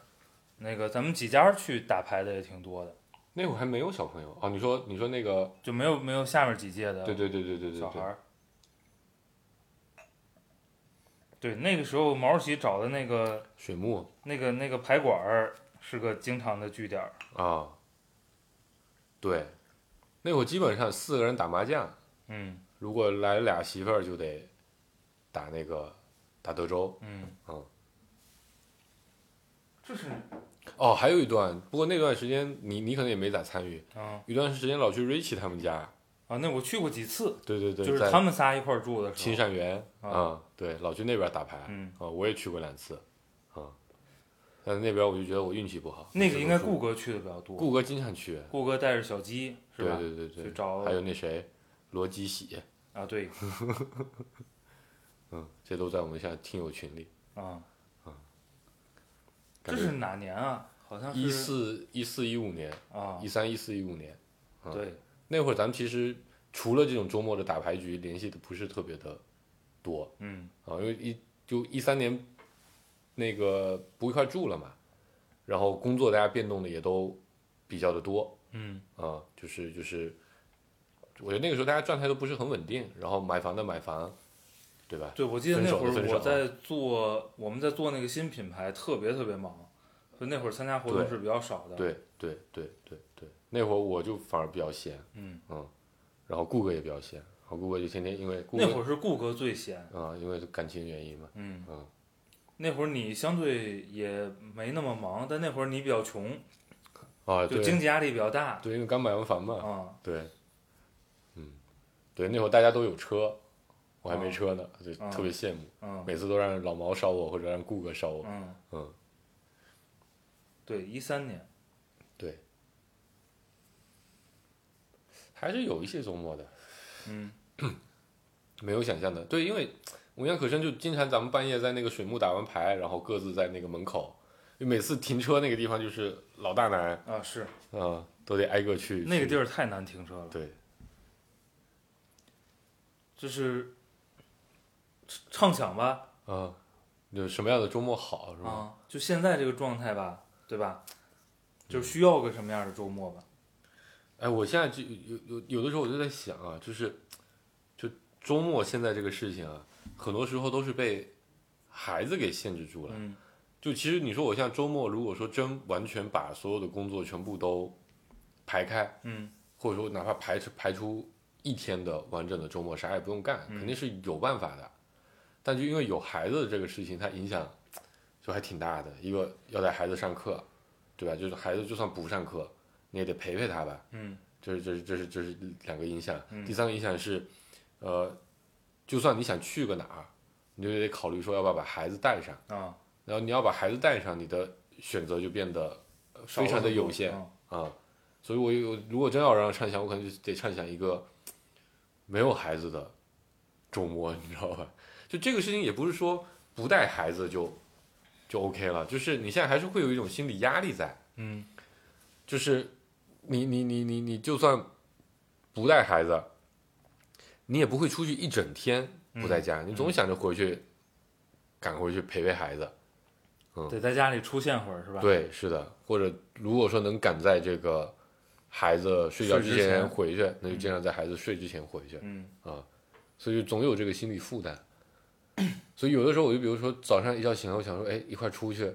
那个咱们几家去打牌的也挺多的，
那会儿还没有小朋友哦。你说你说那个，
就没有没有下面几届的
对对对对对对
小孩
对，
儿。对，那个时候毛主席找的那个
水木
那个那个牌馆儿是个经常的据点儿，
啊，对，那会儿基本上四个人打麻将，
嗯
如果来俩媳妇儿就得打那个打德州
嗯
嗯，
这是
哦。还有一段，不过那段时间你你可能也没咋参与，
啊
有段时间老去 Richie 他们家，
啊，那我去过几次，
对对对，
就是
在
他们仨一块儿住的时
青
候，
善园
啊
啊、对，老去那边打牌啊、
嗯，
我也去过两次啊、但那边我就觉得我运气不好。
那个应该
顾
顾哥去的比较多，
顾哥经常去，
顾哥带着小鸡是
对
吧？
对对
去
对，
找
还有那谁罗基喜，
啊，对
嗯，这都在我们现在听友群里。
啊，
感
这
觉
是哪年啊？好像是
一四一四一五年，
啊
一，三一四一五年啊
对，
那会儿，咱们其实除了这种周末的打牌局，联系的不是特别的多
嗯
啊，因为一就一三年那个不一块住了嘛，然后工作大家变动的也都比较的多，
嗯
啊，就是就是，我觉得那个时候大家状态都不是很稳定，然后买房的买房，对吧？
对，我记得那
分手
会儿
的分手
我在做，我们在做那个新品牌，特别特别忙，所以那会儿参加活动
对
是比较少的。，
对对对对对，那会儿我就反而比较闲，
嗯，
然后顾哥也比较闲，然后顾哥就天天因为顾
那
哥
会儿是顾哥最闲，
啊，因为感情原因嘛，
嗯
嗯
那会儿你相对也没那么忙，但那会儿你比较穷，
啊，
就
对
经济压力比较大
对，因为刚买完房嘛，
啊。
对，嗯，对，那会儿大家都有车，我还没
啊
车呢，就特别羡慕，
嗯
每次都让老毛捎我或者让顾哥捎我，
嗯
嗯，
对，一三年，
还是有一些周末的。
嗯
没有想象的，对，因为无言可声就经常咱们半夜在那个水幕打完牌，然后各自在那个门口，就每次停车那个地方就是老大难，
啊是
啊、都得挨个去。
那个地
儿，
儿太难停车了。
对，
就是畅想吧，
啊、就什么样的周末好是吧？
啊，就现在这个状态吧，对吧？就是需要个什么样的周末吧？
哎，我现在就有有有的时候我就在想啊，就是就周末现在这个事情啊，很多时候都是被孩子给限制住了。
嗯
就其实你说我像周末，如果说真完全把所有的工作全部都排开，
嗯
或者说哪怕排除排出一天的完整的周末，啥也不用干，
嗯
肯定是有办法的。但就因为有孩子的这个事情，它影响就还挺大的。一个要带孩子上课，对吧？就是孩子就算不上课，你也得陪陪他吧。
嗯
这是这是这是这是两个影响。
嗯
第三个影响是，呃，就算你想去个哪儿，你就得考虑说要不要把孩子带上。
啊，
然后你要把孩子带上，你的选择就变得呃非常的有限。
啊
啊，所以我有如果真要让我畅想，我可能就得畅想一个没有孩子的周末，你知道吧？就这个事情也不是说不带孩子就就 OK 了，就是你现在还是会有一种心理压力在，
嗯
就是你你你你你就算不带孩子，你也不会出去一整天
嗯
不在家，你总想着回去赶回去陪陪孩子。
得在家里出现会儿是吧？，
嗯对，是的，或者如果说能赶在这个孩子睡觉
睡
之
之前
前回去，那就尽量在孩子睡之前回去，
嗯
所以总有这个心理负担。所以有的时候我就比如说早上一觉醒来，我想说，哎，一块儿出去，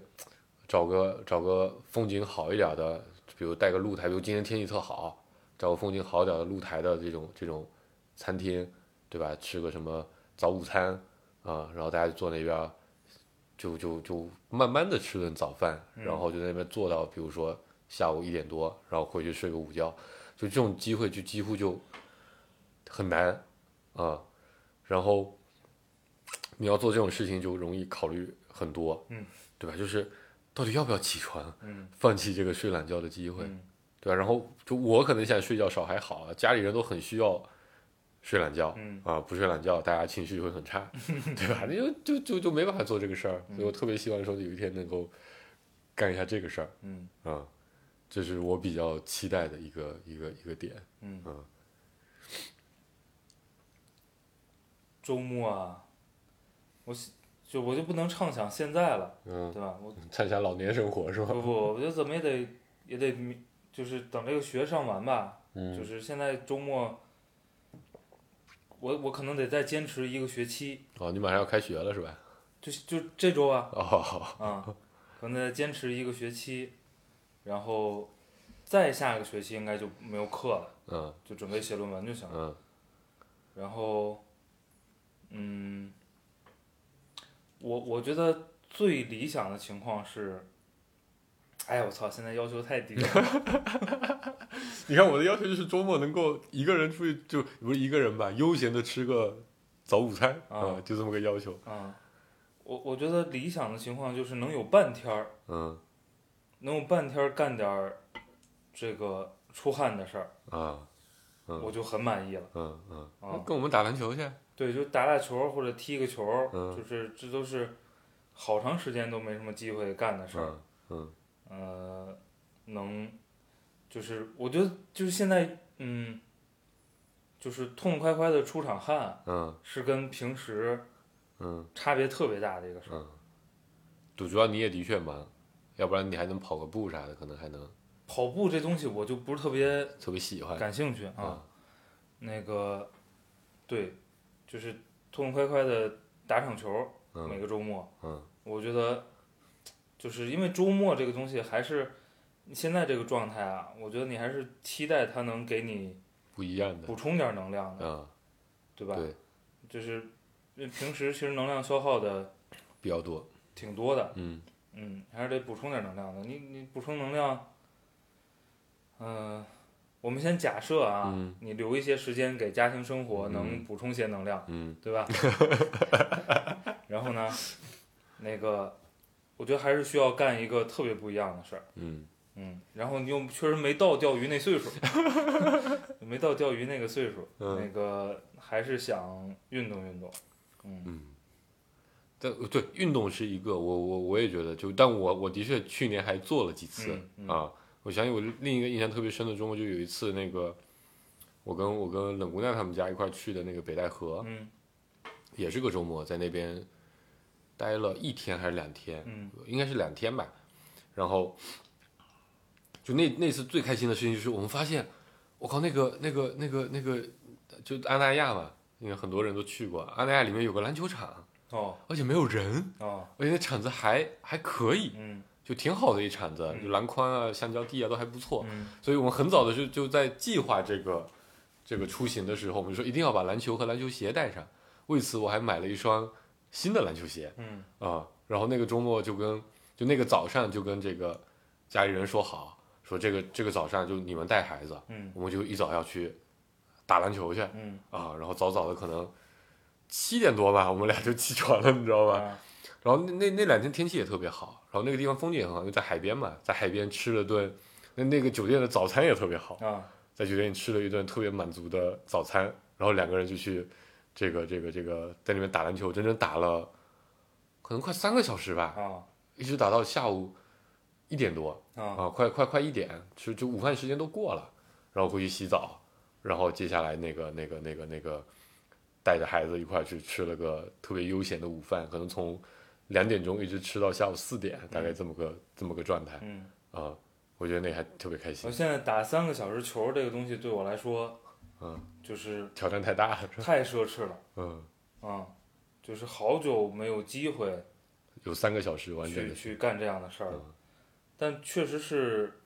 找个找个风景好一点的，比如带个露台，比如今天天气特好，找个风景好一点的露台的这种这种餐厅，对吧？吃个什么早午餐啊、然后大家就坐那边儿，就就就慢慢的吃顿早饭，
嗯
然后就在那边坐到，比如说下午一点多，然后回去睡个午觉，就这种机会就几乎就很难啊、然后你要做这种事情就容易考虑很多，
嗯，
对吧？就是到底要不要起床，
嗯
放弃这个睡懒觉的机会，
嗯
对吧？然后就我可能现在睡觉少还好啊，家里人都很需要睡懒觉，
嗯
啊，不睡懒觉，大家情绪会很 差，对吧？你就就就就没办法做这个事儿，
嗯
所以我特别希望说有一天能够干一下这个事儿
嗯
啊，这是我比较期待的一个一个一个点。
嗯
嗯
周末啊，我就我就不能畅想现在了，
嗯，
对吧？我
参加老年生活是吧？
不不，我觉得怎么也得也得明就是等这个学上完吧，就
嗯
是现在周末，我我可能得再坚持一个学期，
哦，你马上要开学了是吧？
就就这周啊，
哦，好
啊，可能再坚持一个学期，然后再下一个学期应该就没有课了，
嗯
就准备写论文就行了。
嗯
然后，嗯，我我觉得最理想的情况是，哎呀，我操，现在要求太低了，
你看我的要求就是周末能够一个人出去，就不是一个人吧，悠闲的吃个早午餐
啊
就这么个要求。
啊，我我觉得理想的情况就是能有半天儿，
嗯
能有半天儿干点儿这个出汗的事儿，
啊嗯
我就很满意了。
嗯嗯，
啊
跟我们打篮球去。
对，就打打球或者踢个球，
嗯
就是这都是好长时间都没什么机会干的事儿。
嗯嗯
呃，能，就是我觉得就是现在，嗯，就是痛痛快快的出场汗
嗯
是跟平时
嗯
差别特别大的一个事儿。
嗯，主主要你也的确忙，要不然你还能跑个步啥的，可能还能
跑步这东西我就不是特别
特别喜欢。
感兴趣啊
啊。
那个，对，就是痛痛快快的打场球，每
嗯
个周末。
嗯
我觉得，就是因为周末这个东西还是现在这个状态啊，我觉得你还是期待它能给你
不一样的
补充点能量的，
啊，
对吧？
对
就是因为平时其实能量消耗的
比较多。
挺多的，
嗯
嗯，还是得补充点能量的。你你补充能量，嗯、我们先假设啊，
嗯
你留一些时间给家庭生活，
嗯
能补充些能量，
嗯
对吧？ 然后呢，那个，我觉得还是需要干一个特别不一样的事儿。
嗯
嗯，然后你又确实没到钓鱼那岁数， 没到钓鱼那个岁数，
嗯
那个还是想运动运动。嗯
嗯。但对运动是一个，我我我也觉得就，但我我的确去年还做了几次。
嗯嗯
啊，我想起我另一个印象特别深的周末，就有一次那个，我跟我跟冷姑娘他们家一块儿去的那个北戴河，
嗯
也是个周末，在那边待了一天还是两天，
嗯
应该是两天吧。然后就那那次最开心的事情就是我们发现，我靠，那个那个那个那个，就阿那亚嘛，因为很多人都去过，阿那亚里面有个篮球场，
哦
而且没有人，
哦
而且那场子还还可以，
嗯
就挺好的一场子，就篮筐啊、橡胶地啊都还不错。
嗯
所以我们很早的就就在计划这个这个出行的时候，我们说一定要把篮球和篮球鞋带上。为此，我还买了一双新的篮球鞋
嗯
啊、然后那个周末就跟就那个早上就跟这个家里人说好，说这个这个早上就你们带孩子，
嗯
我们就一早要去打篮球去啊、
嗯
然后早早的可能七点多吧，我们俩就起床了，你知道吧？
啊
然后那那那两天天气也特别好，然后那个地方风景也很好，就在海边嘛，在海边吃了顿，那那个酒店的早餐也特别好，
啊
在酒店里吃了一顿特别满足的早餐，然后两个人就去这个这个这个在那边打篮球，整整打了可能快三个小时吧，
啊
一直打到下午一点多
啊
啊，快快快一点，就就午饭时间都过了，然后回去洗澡，然后接下来那个那个那个那个带着孩子一块儿去吃了个特别悠闲的午饭，可能从两点钟一直吃到下午四点，大概这么个、这么个状态
嗯！
啊，我觉得那还特别开
我
心，
现在打三个小时球这个东西对我来说，
嗯，
就是
挑战太大了，
太奢侈了
嗯，
啊、就是好久没有机会
有三个小时完整
去
的，
去干这样的事儿了
嗯，
但确实是，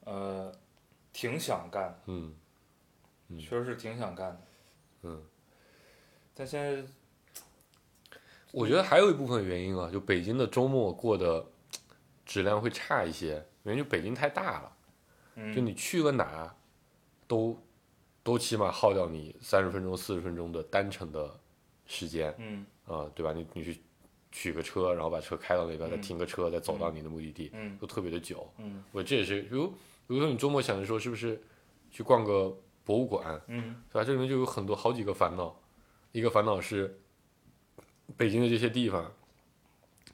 呃，挺想干的，
嗯嗯
确实是挺想干的。
嗯，
但现在
我觉得还有一部分原因啊，就北京的周末过得质量会差一些，原因就北京太大了。就
嗯
你去个哪儿，都都起码耗掉你三十分钟、四十分钟的单程的时间
嗯
啊、对吧？你你去取个车，然后把车开到那边，再
嗯
停个车，再走到你的目的地，
嗯
都特别的久。
嗯
我这也是，比如比如说你周末想着说是不是去逛个博物馆，
嗯
对吧？这里面就有很多好几个烦恼，一个烦恼是北京的这些地方，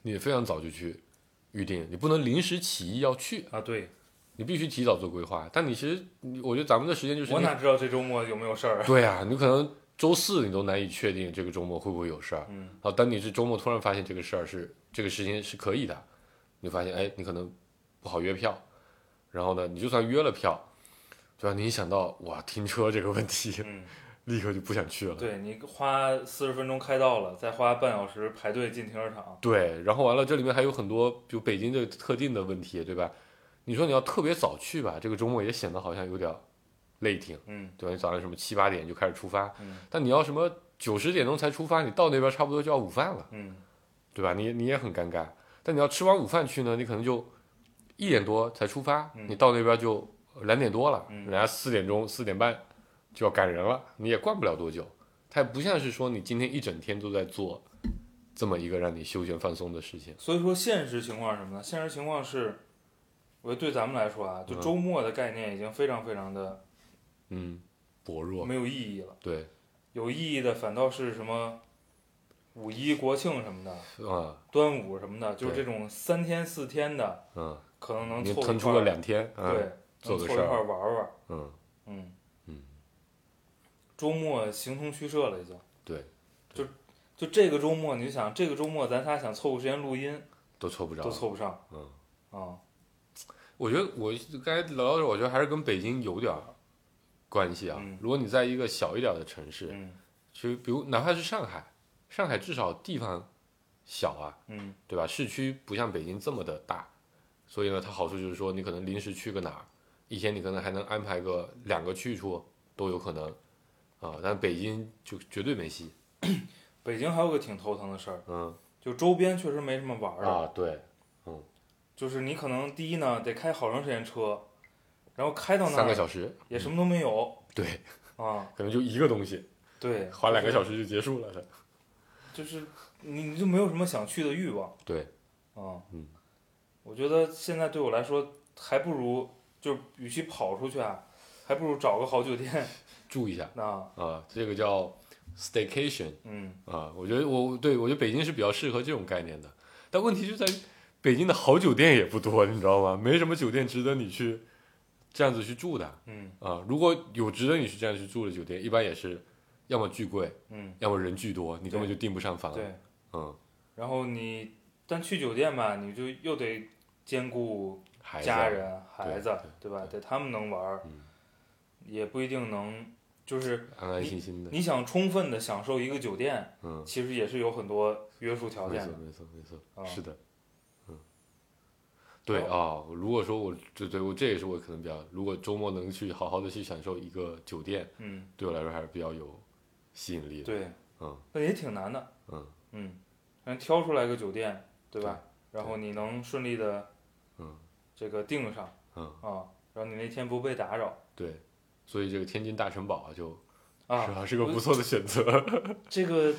你非常早就去预定，你不能临时起意要去。
啊，对
你必须提早做规划。但你其实，你我觉得咱们的时间就是
我
你
哪知道这周末有没有事儿啊？
对呀、你可能周四你都难以确定这个周末会不会有事儿。
嗯，
好，当你是周末突然发现这个事儿是这个事情是可以的，你发现哎，你可能不好约票，然后呢，你就算约了票，对吧？你一想到哇停车这个问题，
嗯，
立刻就不想去了。
对你花四十分钟开到了，再花半小时排队进停车场，
对，然后完了，这里面还有很多就北京这个特定的问题，对吧？你说你要特别早去吧，这个周末也显得好像有点累挺，
嗯
对吧？你早上什么七八点就开始出发，
嗯
但你要什么九十点钟才出发，你到那边差不多就要午饭了，
嗯
对吧？你你也很尴尬。但你要吃完午饭去呢，你可能就一点多才出发，
嗯
你到那边就两点多了，
嗯
人家四点钟四点半就要赶人了，你也逛不了多久。它也不像是说你今天一整天都在做这么一个让你休闲放松的事情。
所以说现实情况是什么呢？现实情况是，我觉得对咱们来说啊，就
嗯
周末的概念已经非常非常的
嗯，薄弱，
没有意义了。
对，
有意义的反倒是什么五一、国庆什么的，
啊，
端午什么的，就是
对
这种三天四天的，
嗯，
可能能
你
凑
腾
一
出
块
了
儿，
两天，嗯，
对，
做个
能凑一
事儿
块儿玩儿玩儿。
嗯，
嗯
嗯，
周末形同虚设了，已经。
对，
就就这个周末，你就想这个周末咱仨想凑个时间录音
都凑不着
都。凑不上。
嗯
啊，
我觉得我刚才聊到这儿，我觉得还是跟北京有点儿关系啊。
嗯
如果你在一个小一点儿的城市，
嗯
其实比如哪怕是上海，上海至少地方小啊，
嗯
对吧？市区不像北京这么的大，所以呢，它好处就是说，你可能临时去个哪儿，一天你可能还能安排个两个去处都有可能啊、但北京就绝对没戏。
北京还有个挺头疼的事儿，
嗯
就周边确实没什么玩儿的，
啊，对，
就是你可能第一呢得开好长时间车，然后开到那
三个
儿
小时，
也什么都没有
对，
啊，
可能就一个东西。
对，
花两个
时，
小时就结束了。
就是你你就没有什么想去的欲望
对，
啊。
嗯，
我觉得现在对我来说，还不如就与其跑出去啊，还不如找个好酒店
住一下
啊。
啊，这个叫 staycation
嗯，
啊，我觉得我对我觉得北京是比较适合这种概念的，但问题就在于北京的好酒店也不多，你知道吗？没什么酒店值得你去这样子去住的
嗯
啊。如果有值得你去这样去住的酒店，一般也是要么巨贵，
嗯，
要么人巨多，你根本就订不上房。
对。
嗯，
然后你但去酒店吧，你就又得兼顾
孩子
家人、孩
对嗯
子，对吧？得他们能玩儿，也不一定能。就是
安安心心的，
你想充分的享受一个酒店，
嗯，
其实也是有很多约束条
没
件
错
的。
没错没错，
啊
是的，嗯，对啊，如果说我这对我这也是我可能比较，如果周末能去好好的去享受一个酒店，
嗯，
对我来说还是比较有吸引力的。
对，
嗯
那也挺难的。
嗯
嗯，但挑出来个酒店，对吧？然后你能顺利的，
嗯，
这个订上
嗯，
啊，然后你那天不被打扰
对，所以这个天津大城堡啊就
啊
是，吧是个不错的选择。
这个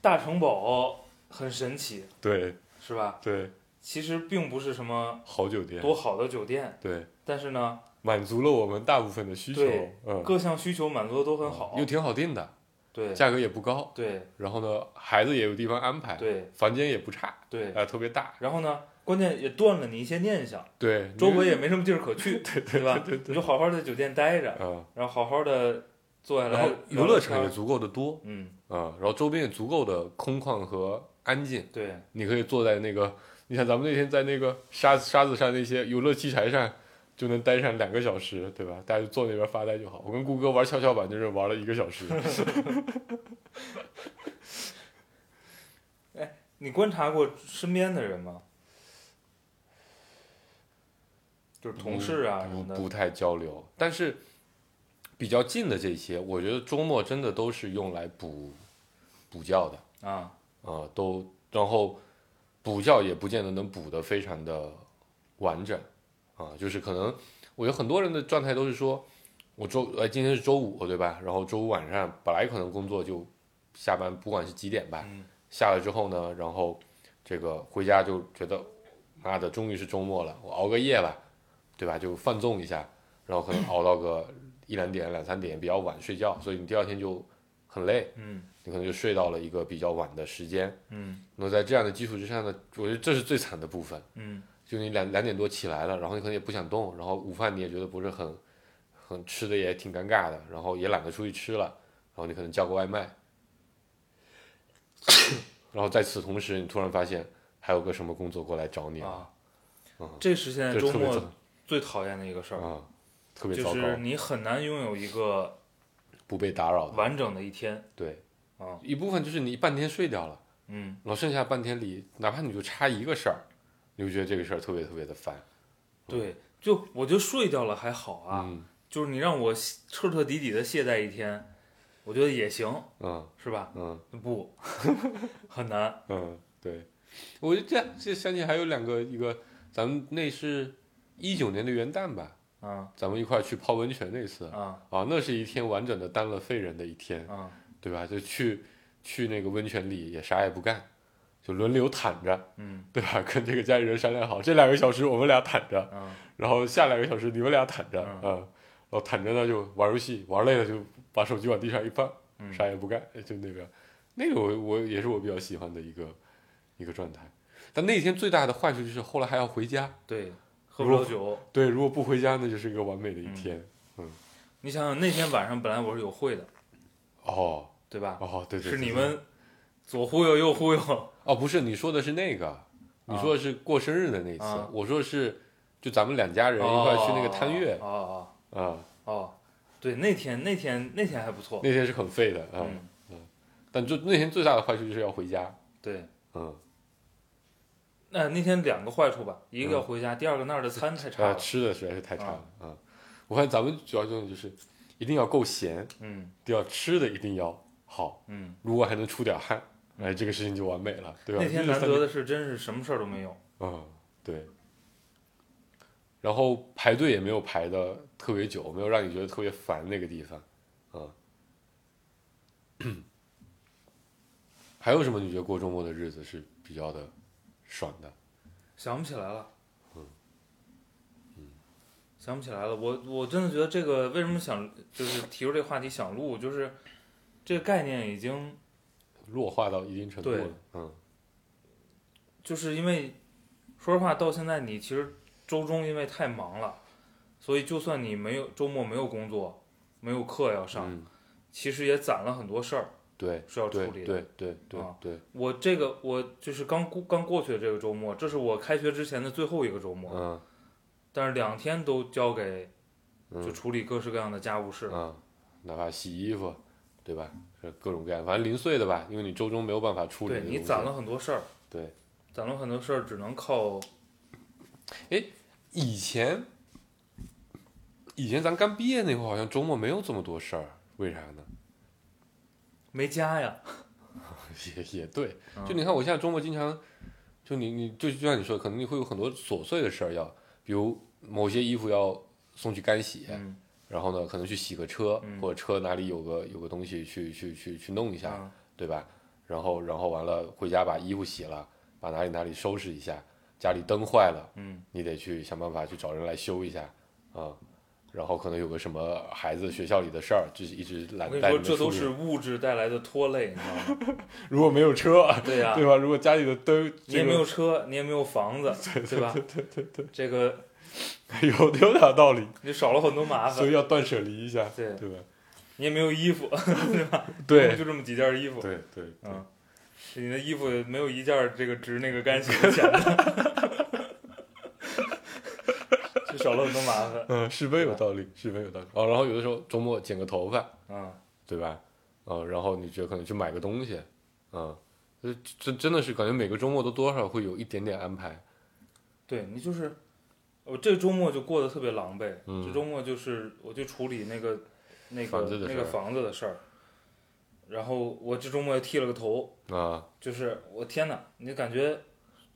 大城堡很神奇，
对
是吧？
对，
其实并不是什么
好酒店，
多好的酒店，
对，
但是呢，
满足了我们大部分的需求
对，
嗯，
各项需求满足的都很好
又。挺好订的，
对
价格哎也不高，
对
然后呢，孩子也有地方安排，
对
房间也不差，
对，
啊，特别大，
然后呢，关键也断了你一些念想，
对，
周围也没什么地儿可 去，对吧？你就好好在酒店待着，
嗯。
然后好好的坐下来
然后
聊
游
聊
乐场
天
也
儿，
足够的多
嗯，
啊、然后周边也足够的空旷和安静，
对
你可以坐在那个，你看咱们那天在那个沙子沙子上那些游乐器材上，就能待上两个小时，对吧？大家就坐那边发呆就好。我跟顾哥玩跷跷板就是玩了一个小时，
你观察过身边的人吗？就是 同事啊什
不
么的，
不太交流，但是比较近的这些，我觉得周末真的都是用来补补觉的。
啊，
啊、都然后补觉也不见得能补得非常的完整啊、就是可能我有很多人的状态都是说，我周呃今天是周五对吧？然后周五晚上本来可能工作就下班，不管是几点吧，
嗯
下了之后呢，然后这个回家就觉得妈的，终于是周末了，我熬个夜吧，对吧？就放纵一下，然后可能熬到个一两点、两三点比较晚睡觉，所以你第二天就很累，
嗯
你可能就睡到了一个比较晚的时间。
嗯
那在这样的基础之上呢，我觉得这是最惨的部分，
嗯
就你两两点多起来了，然后你可能也不想动，然后午饭你也觉得不是很，很吃的也挺尴尬的，然后也懒得出去吃了，然后你可能叫个外卖，然后在此同时，你突然发现还有个什么工作过来找你了，
啊
嗯，
这是现在
这
周
特别
末
糟
最讨厌的一个事儿，
啊，特别
就
糟糕，
是你很难拥有一个
不被打扰的，
完整的一天。
对，
啊，
一部分就是你半天睡掉了。
嗯，
然后剩下半天里，哪怕你就差一个事儿，你就觉得这个事儿特别特别的烦
对，就我就睡掉了还好啊，
嗯
就是你让我彻彻底底的懈怠一天，我觉得也行，
嗯
是吧？
嗯
不， 很难。
嗯，对，我就这样，这想起还有两个，一个咱们那是一九年的元旦吧，
啊
咱们一块儿去泡温泉那次
啊
啊，那是一天完整的当了废人的一天，
啊！
对吧？就去去那个温泉里也啥也不干，就轮流躺着，
嗯
对吧？跟这个家里人商量好，这两个小时我们俩躺着，
啊
然后下两个小时你们俩躺着，
嗯
嗯，然后躺着呢就玩游戏，玩累了就把手机往地上一放，
嗯
啥也不干，就那个，那个我我也是我比较喜欢的一个一个状态。但那天最大的坏处就是后来还要回家，
对，喝不了酒。
对，如果不回家那就是一个完美的一天。
嗯你想想那天晚上本来我是有会的，
哦
对吧？
哦，对对
是
对，对
你们左忽悠右忽悠。
哦，不是你说的是那个，你说的是过生日的那次，
啊
我说的是就咱们两 家人一块儿去那个探月
哦哦
啊、嗯
哦哦，对，那天那天那天还不错。
那天是很废的啊、嗯
嗯，
但就那天最大的坏处就是要回家，
对。
嗯。
那那天两个坏处吧，一个
嗯
要回家，第二个那儿的餐太差
啊，
了。
吃的实在是太差了啊！我发现咱们主要用的就是一定要够咸，
嗯
对吧？吃的一定要好，
嗯，
如果还能出点汗，
嗯
哎，这个事情就完美了，对吧？
那天
这就
难
三
得的是真是什么事儿都没有。
嗯，对。然后排队也没有排的特别久，没有让你觉得特别烦那个地方，啊。 还有什么你觉得过周末的日子是比较的爽的？
想不起来了。
嗯
嗯想不起来了。我我真的觉得这个为什么想就是提出这个话题想录，就是这个概念已经
弱化到一定程度
对
了，嗯
就是因为说实话到现在你其实周中因为太忙了，所以就算你没有周末没有工作，没有课要上，
嗯，
其实也攒了很多事儿
对，
是要处
对
理的。
对对对
啊
对，
我这个我就是刚过刚过去的这个周末，这是我开学之前的最后一个周末，
嗯
但是两天都交给
嗯
就处理各式各样的家务事。
嗯，哪怕洗衣服，对吧？是各种各样，反正零碎的吧，因为你周中没有办法处理
对
的东西。
你攒了很多事儿，
对，
攒了很多事儿，只能靠
以前，以前咱刚毕业那会儿，好像周末没有这么多事儿，为啥呢？
没家呀。
也也对，
嗯
就你看我现在周末经常，就你你就就像你说，可能你会有很多琐碎的事儿要，比如某些衣服要送去干洗，
嗯，
然后呢，可能去洗个车，
嗯
或者车哪里有个有个东西去去去去弄一下，
啊
对吧？然后然后完了回家把衣服洗了，把哪里哪里收拾一下，家里灯坏了，
嗯
你得去想办法去找人来修一下啊、然后可能有个什么孩子学校里的事儿，就是一直
我
懒
跟你
带
说，
你们
这
处
都
理
是物质带来的拖累，你 知道吗？
如果没有车，
对呀、
对吧？如果家里的灯
啊你也
这
没
个
有车，你也没有 房子，对吧？对对对这个
有有点道理，
你少了很多麻
所
烦
以，要断舍离一下，
啊对
对吧？
你也没有衣服，
对
就这么几件衣服，
对对对
嗯，你的衣服没有一件儿这个值那个干洗的钱的， 就少了很多麻烦，
嗯，是非有道理，是非有道理。哦，然后有的时候周末剪个头发，
嗯。
对吧？嗯，然后你觉得可能去买个东西，嗯，这这真的是感觉每个周末都多少会有一点点安排，
对你就是，我这周末就过得特别狼狈。
嗯
这周末就是我就处理那个那
房子
个
的事
那个
儿
房子的事儿，然后我这周末又剃了个头，
啊，
就是我天哪，你感觉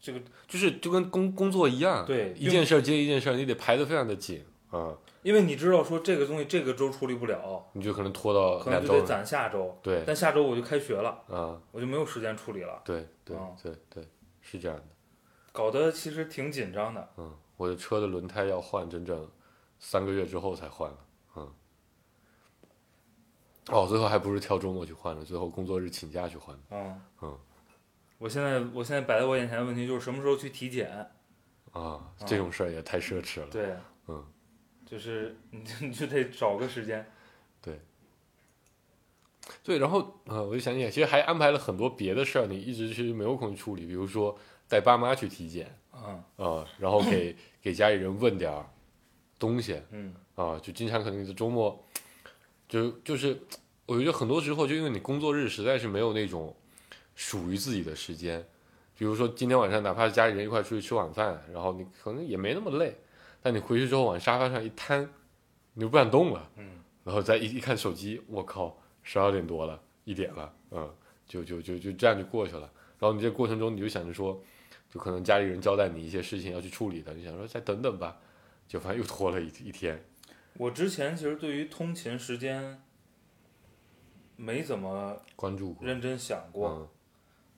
这个
就是就跟工工作一样，
对
一件事儿接一件事儿，你得排得非常的紧，啊，
因为你知道说这个东西这个周处理不了，
你就可能拖到
可能
哦两
就得
周，
攒下周，
对，
但下周我就开学了，
啊，
我就没有时间处理了，
对对
啊
对对，是这样的，
搞得其实挺紧张的。
嗯，我的车的轮胎要换整整三个月之后才换了，嗯，哦，最后还不是挑周末去换的，最后工作日请假去换的，
嗯
嗯，
我现在我现在摆在我眼前的问题就是什么时候去体检？
啊，
啊
这种事儿也太奢侈了。
对，
嗯，
就是你就你就得找个时间。
对，然后呃，我就想起来，其实还安排了很多别的事儿，你一直其实没有空去处理，比如说带爸妈去体检
嗯
啊、然后 给给家里人问点儿东西啊、
嗯
就经常可能就周末就就是我觉得很多时候就因为你工作日实在是没有那种属于自己的时间，比如说今天晚上哪怕是家里人一块出去吃晚饭，然后你可能也没那么累，但你回去之后往沙发上一瘫，你就不想动了。
嗯，
然后再一一看手机，我靠，十二点多了，一点了，嗯，就就就就这样就过去了。然后你这过程中，你就想着说，就可能家里人交代你一些事情要去处理的，你想说再等等吧，就反正又拖了一一天。
我之前其实对于通勤时间没怎么
关注过，
认真想过，
嗯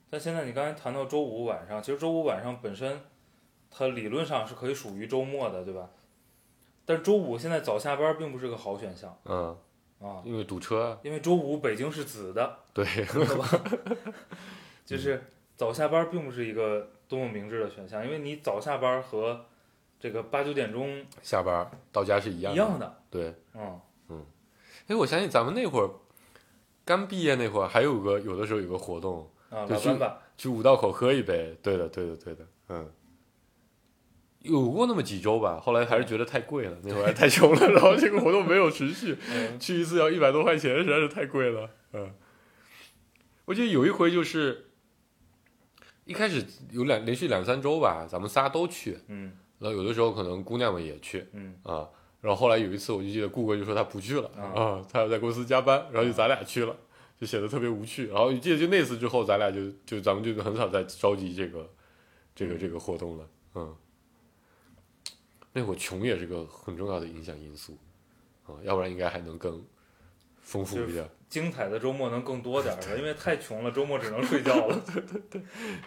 但现在你刚才谈到周五晚上，其实周五晚上本身它理论上是可以属于周末的，对吧？但是周五现在早下班并不是个好选项
嗯，
啊，
因为堵车啊，
因为周五北京是紫的，
对，
对吧？
嗯
就是早下班并不是一个多么明智的选项，因为你早下班和这个八九点钟
下班到家是一样
一
的，
样的，
对。
嗯，
哎，我想起咱们那会儿刚毕业那会儿，还有个有的时候有个活动，
啊，
就
老
是
班吧，
去五道口喝一杯。对的，对的，对的，嗯，有过那么几周吧，后来还是觉得太贵了，那会儿还太穷了，然后这个活动没有持续，
嗯
去一次要一百多块钱，实在是太贵了，嗯。我记得有一回就是，一开始有两连续两三周吧，咱们仨都去，
嗯
然后有的时候可能姑娘们也去，
嗯
啊，然后后来有一次，我就记得顾哥就说他不去了
啊
啊，他要在公司加班，然后就咱俩去了，就显得特别无趣。然后记得就那次之后，咱俩就就咱们就很少再召集这个这个这个活动了。嗯，那会儿穷也是个很重要的影响因素啊，要不然应该还能更丰富一点，
精彩的周末能更多点儿，因为太穷了，周末只能睡觉 了。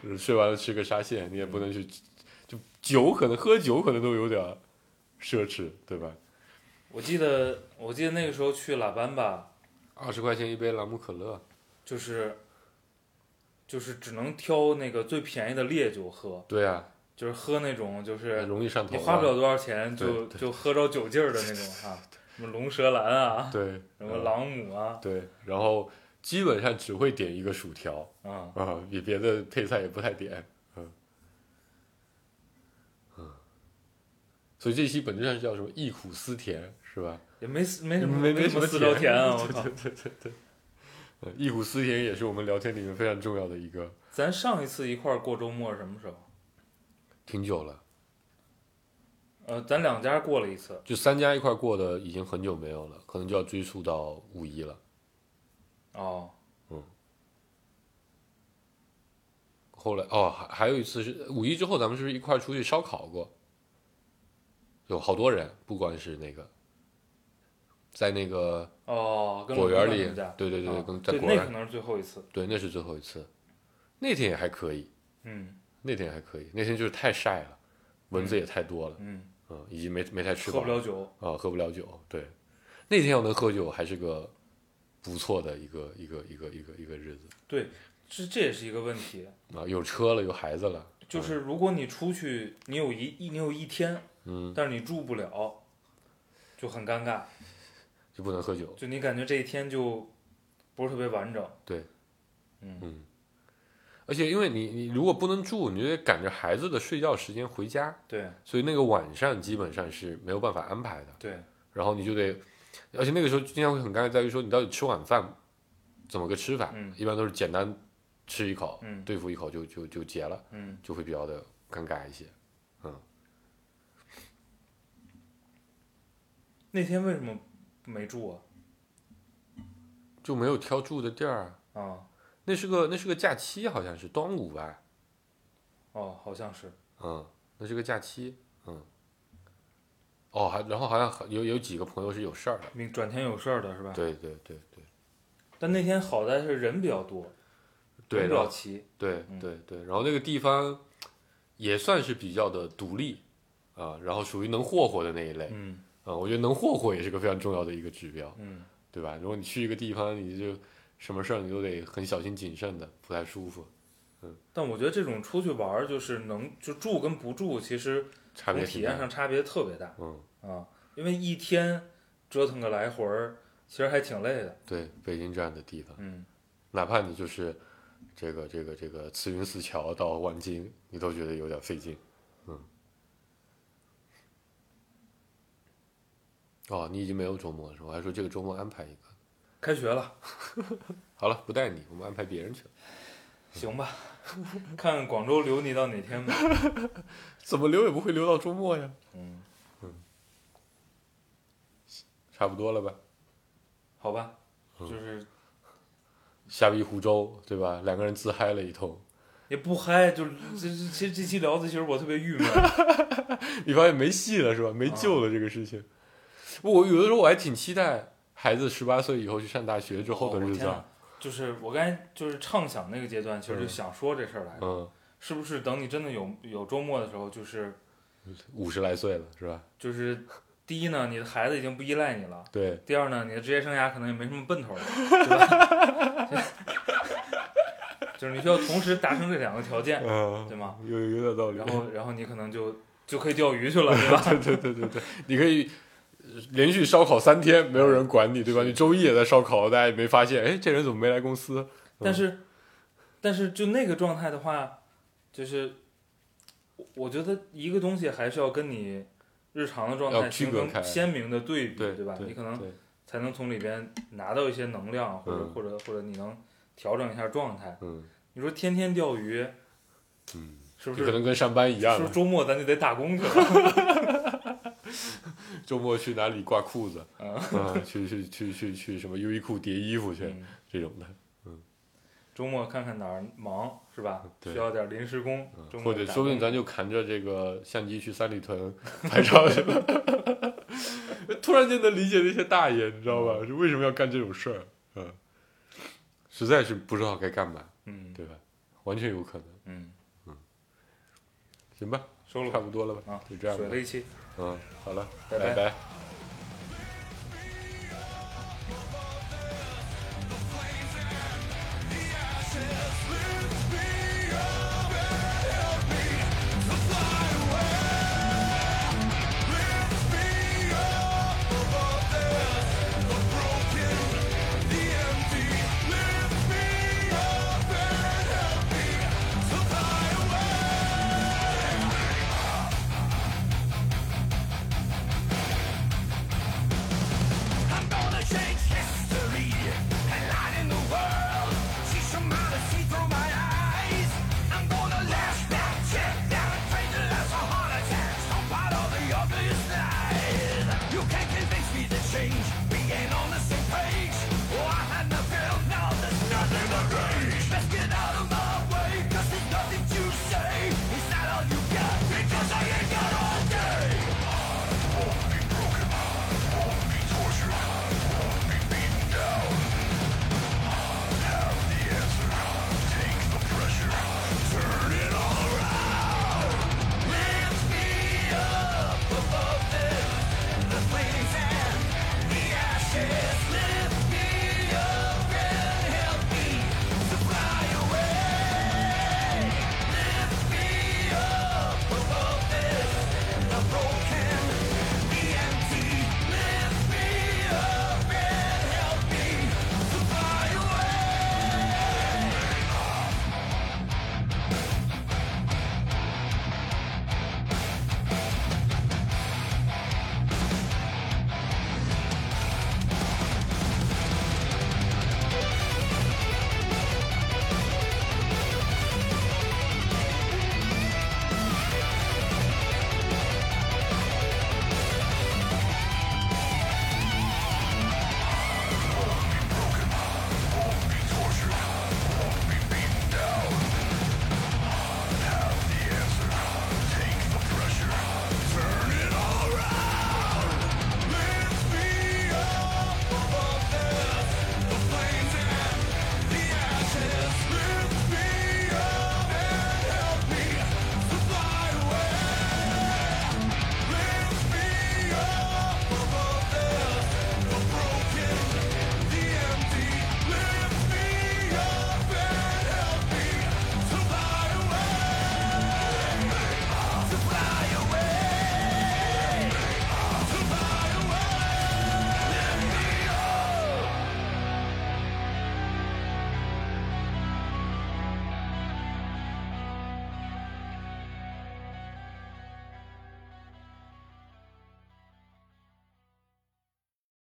就是睡完了吃个沙县，你也不能去就酒可能喝酒可能都有点儿奢侈，对吧？
我记得，我记得那个时候去拉班吧，
二十块钱一杯朗姆可乐，
就是，就是只能挑那个最便宜的烈酒喝，
对啊，
就是喝那种就是
容易上头
你
啊。
花不了多少钱
对
就就喝着酒劲儿的那种 啊，什么龙舌兰啊，
对，
什么
嗯
朗姆啊，
对，然后基本上只会点一个薯条
啊，
啊，也别的配菜也不太点，嗯，嗯，所以这期本质上是叫什么忆苦思甜是吧？
也没没什么
哎没没
什么
么
四周
甜
甜 啊，我
对
靠！
对对对对，呃忆苦思甜也是我们聊天里面非常重要的一个，
咱上一次一块儿过周末是什么时候？
挺久了，
呃，咱两家过了一次，
就三家一块儿过的已经很久没有了，可能就要追溯到五一了，
哦，
后来哦还还有一次是五一之后咱们是不是一块儿出去烧烤过？有好多人，不光是那个，在那个
哦，跟
果
老
园
板
里
他们家，
对对对，
啊
跟在
对，
果
那可
园，
能是最后一次，
对，那是最后一次，那天也还可以，
嗯
那天还可以，那天就是太晒了，蚊子也太多了，
嗯，
嗯，以及没没太吃
喝
饱
不，了酒，
啊，喝不了酒，对，那天要能喝酒还是个不错的一个一个一个一个一个日子
这这也是一个问题，
啊，有车了，有孩子了，
就是如果你出去，你有一一你有一天，
嗯，
但是你住不了，就很尴尬，
就不能喝酒，
就你感觉这一天就不是特别完整。
对，
嗯，
嗯，而且因为你你如果不能住，你就得赶着孩子的睡觉时间回家，
对
所以那个晚上基本上是没有办法安排的。
对，
然后你就得，而且那个时候经常会很尴尬，在于说你到底吃晚饭怎么个吃法，
嗯
一般都是简单吃一口，
嗯
对付一口就就就结了，
嗯，
就会比较的尴尬一些。
那天为什么没住啊？
就没有挑住的地儿啊，
啊，
那是个那是个假期，好像是端午吧，
哦，好像是，
嗯，那是个假期，嗯，哦，还然后好像有有几个朋友是有事儿的，
你转天有事儿的是吧？
对对对对
但那天好在是人比较多，
对，
人比
然
较
后
齐，
对
嗯
对对，然后那个地方也算是比较的独立啊，然后属于能霍霍的那一类。
嗯
啊、我觉得能霍霍也是个非常重要的一个指标，
嗯，
对吧？如果你去一个地方，你就什么事儿你都得很小心谨慎的，不太舒服，
但我觉得这种出去玩儿就是能就住跟不住，其实
差别
从
挺
体验
大
上差别特别大。
嗯，
啊，因为一天折腾个来回儿，其实还挺累的。
对北京这样的地方，
嗯，
哪怕你就是这个这个这个慈云寺桥到望京，你都觉得有点费劲，嗯。哦，你已经没有周末了是吧？我还说这个周末安排一个。
开学了，
好了，不带你，我们安排别人去了。
行吧， 看广州留你到哪天吧。
怎么留也不会留到周末呀。
嗯，
差不多了吧？
好吧，
嗯
就是
下一湖州对吧？两个人自嗨了一通，
也不嗨，就是这这这这期聊的，其实我特别郁闷。
你发现没戏了是吧？没救了这个事情。我有的时候我还挺期待孩子十八岁以后去上大学之后的日子
哦我天哪
啊。
就是我刚才就是畅想那个阶段，其实就
嗯
想说这事儿来着，
嗯，
是不是等你真的有有周末的时候，就是
五十来岁了是吧？
就是第一呢，你的孩子已经不依赖你了。
对，
第二呢，你的职业生涯可能也没什么奔头了，对吧？ 就是你需要同时达成这两个条件，
嗯，
对吗？
有有点道理
然。后然后你可能就就可以钓 鱼去了，对吧？
嗯对 对对对对，你可以呃连续烧烤三天，没有人管你，对吧？你周一也在烧烤，大家也没发现，哎，这人怎么没来公司？
但是但是就那个状态的话，就是我我觉得一个东西还是要跟你日常的状
要
态
区
形
隔开
成鲜明的对比，
对
吧？
对
你可能
对
才能从里边拿到一些能量，或者、
嗯
或者或者你能调整一下状态。
嗯
你说天天钓鱼，
嗯，
是不
就是可？能跟上班一样啊
是不
了
是。周末咱就得打工去了？
周末去哪里挂裤子？
啊
啊，去去去去去什么优衣库叠衣服去
嗯
这种的，
周末看看哪儿忙是吧？
对
需要点临时工，周
嗯
末
或者
打
说不定
工
咱就扛着这个相机去三里屯拍照去了。 突然间能理解那些大爷，你知道
嗯
吧？是为什么要干这种事儿？嗯，实在是不知道该干嘛，
嗯
对吧？完全有可能，
嗯
行吧，
收了
差
吧
不多了吧？
啊，
就这样
水
吧
了。一期，
嗯，好了，
拜
拜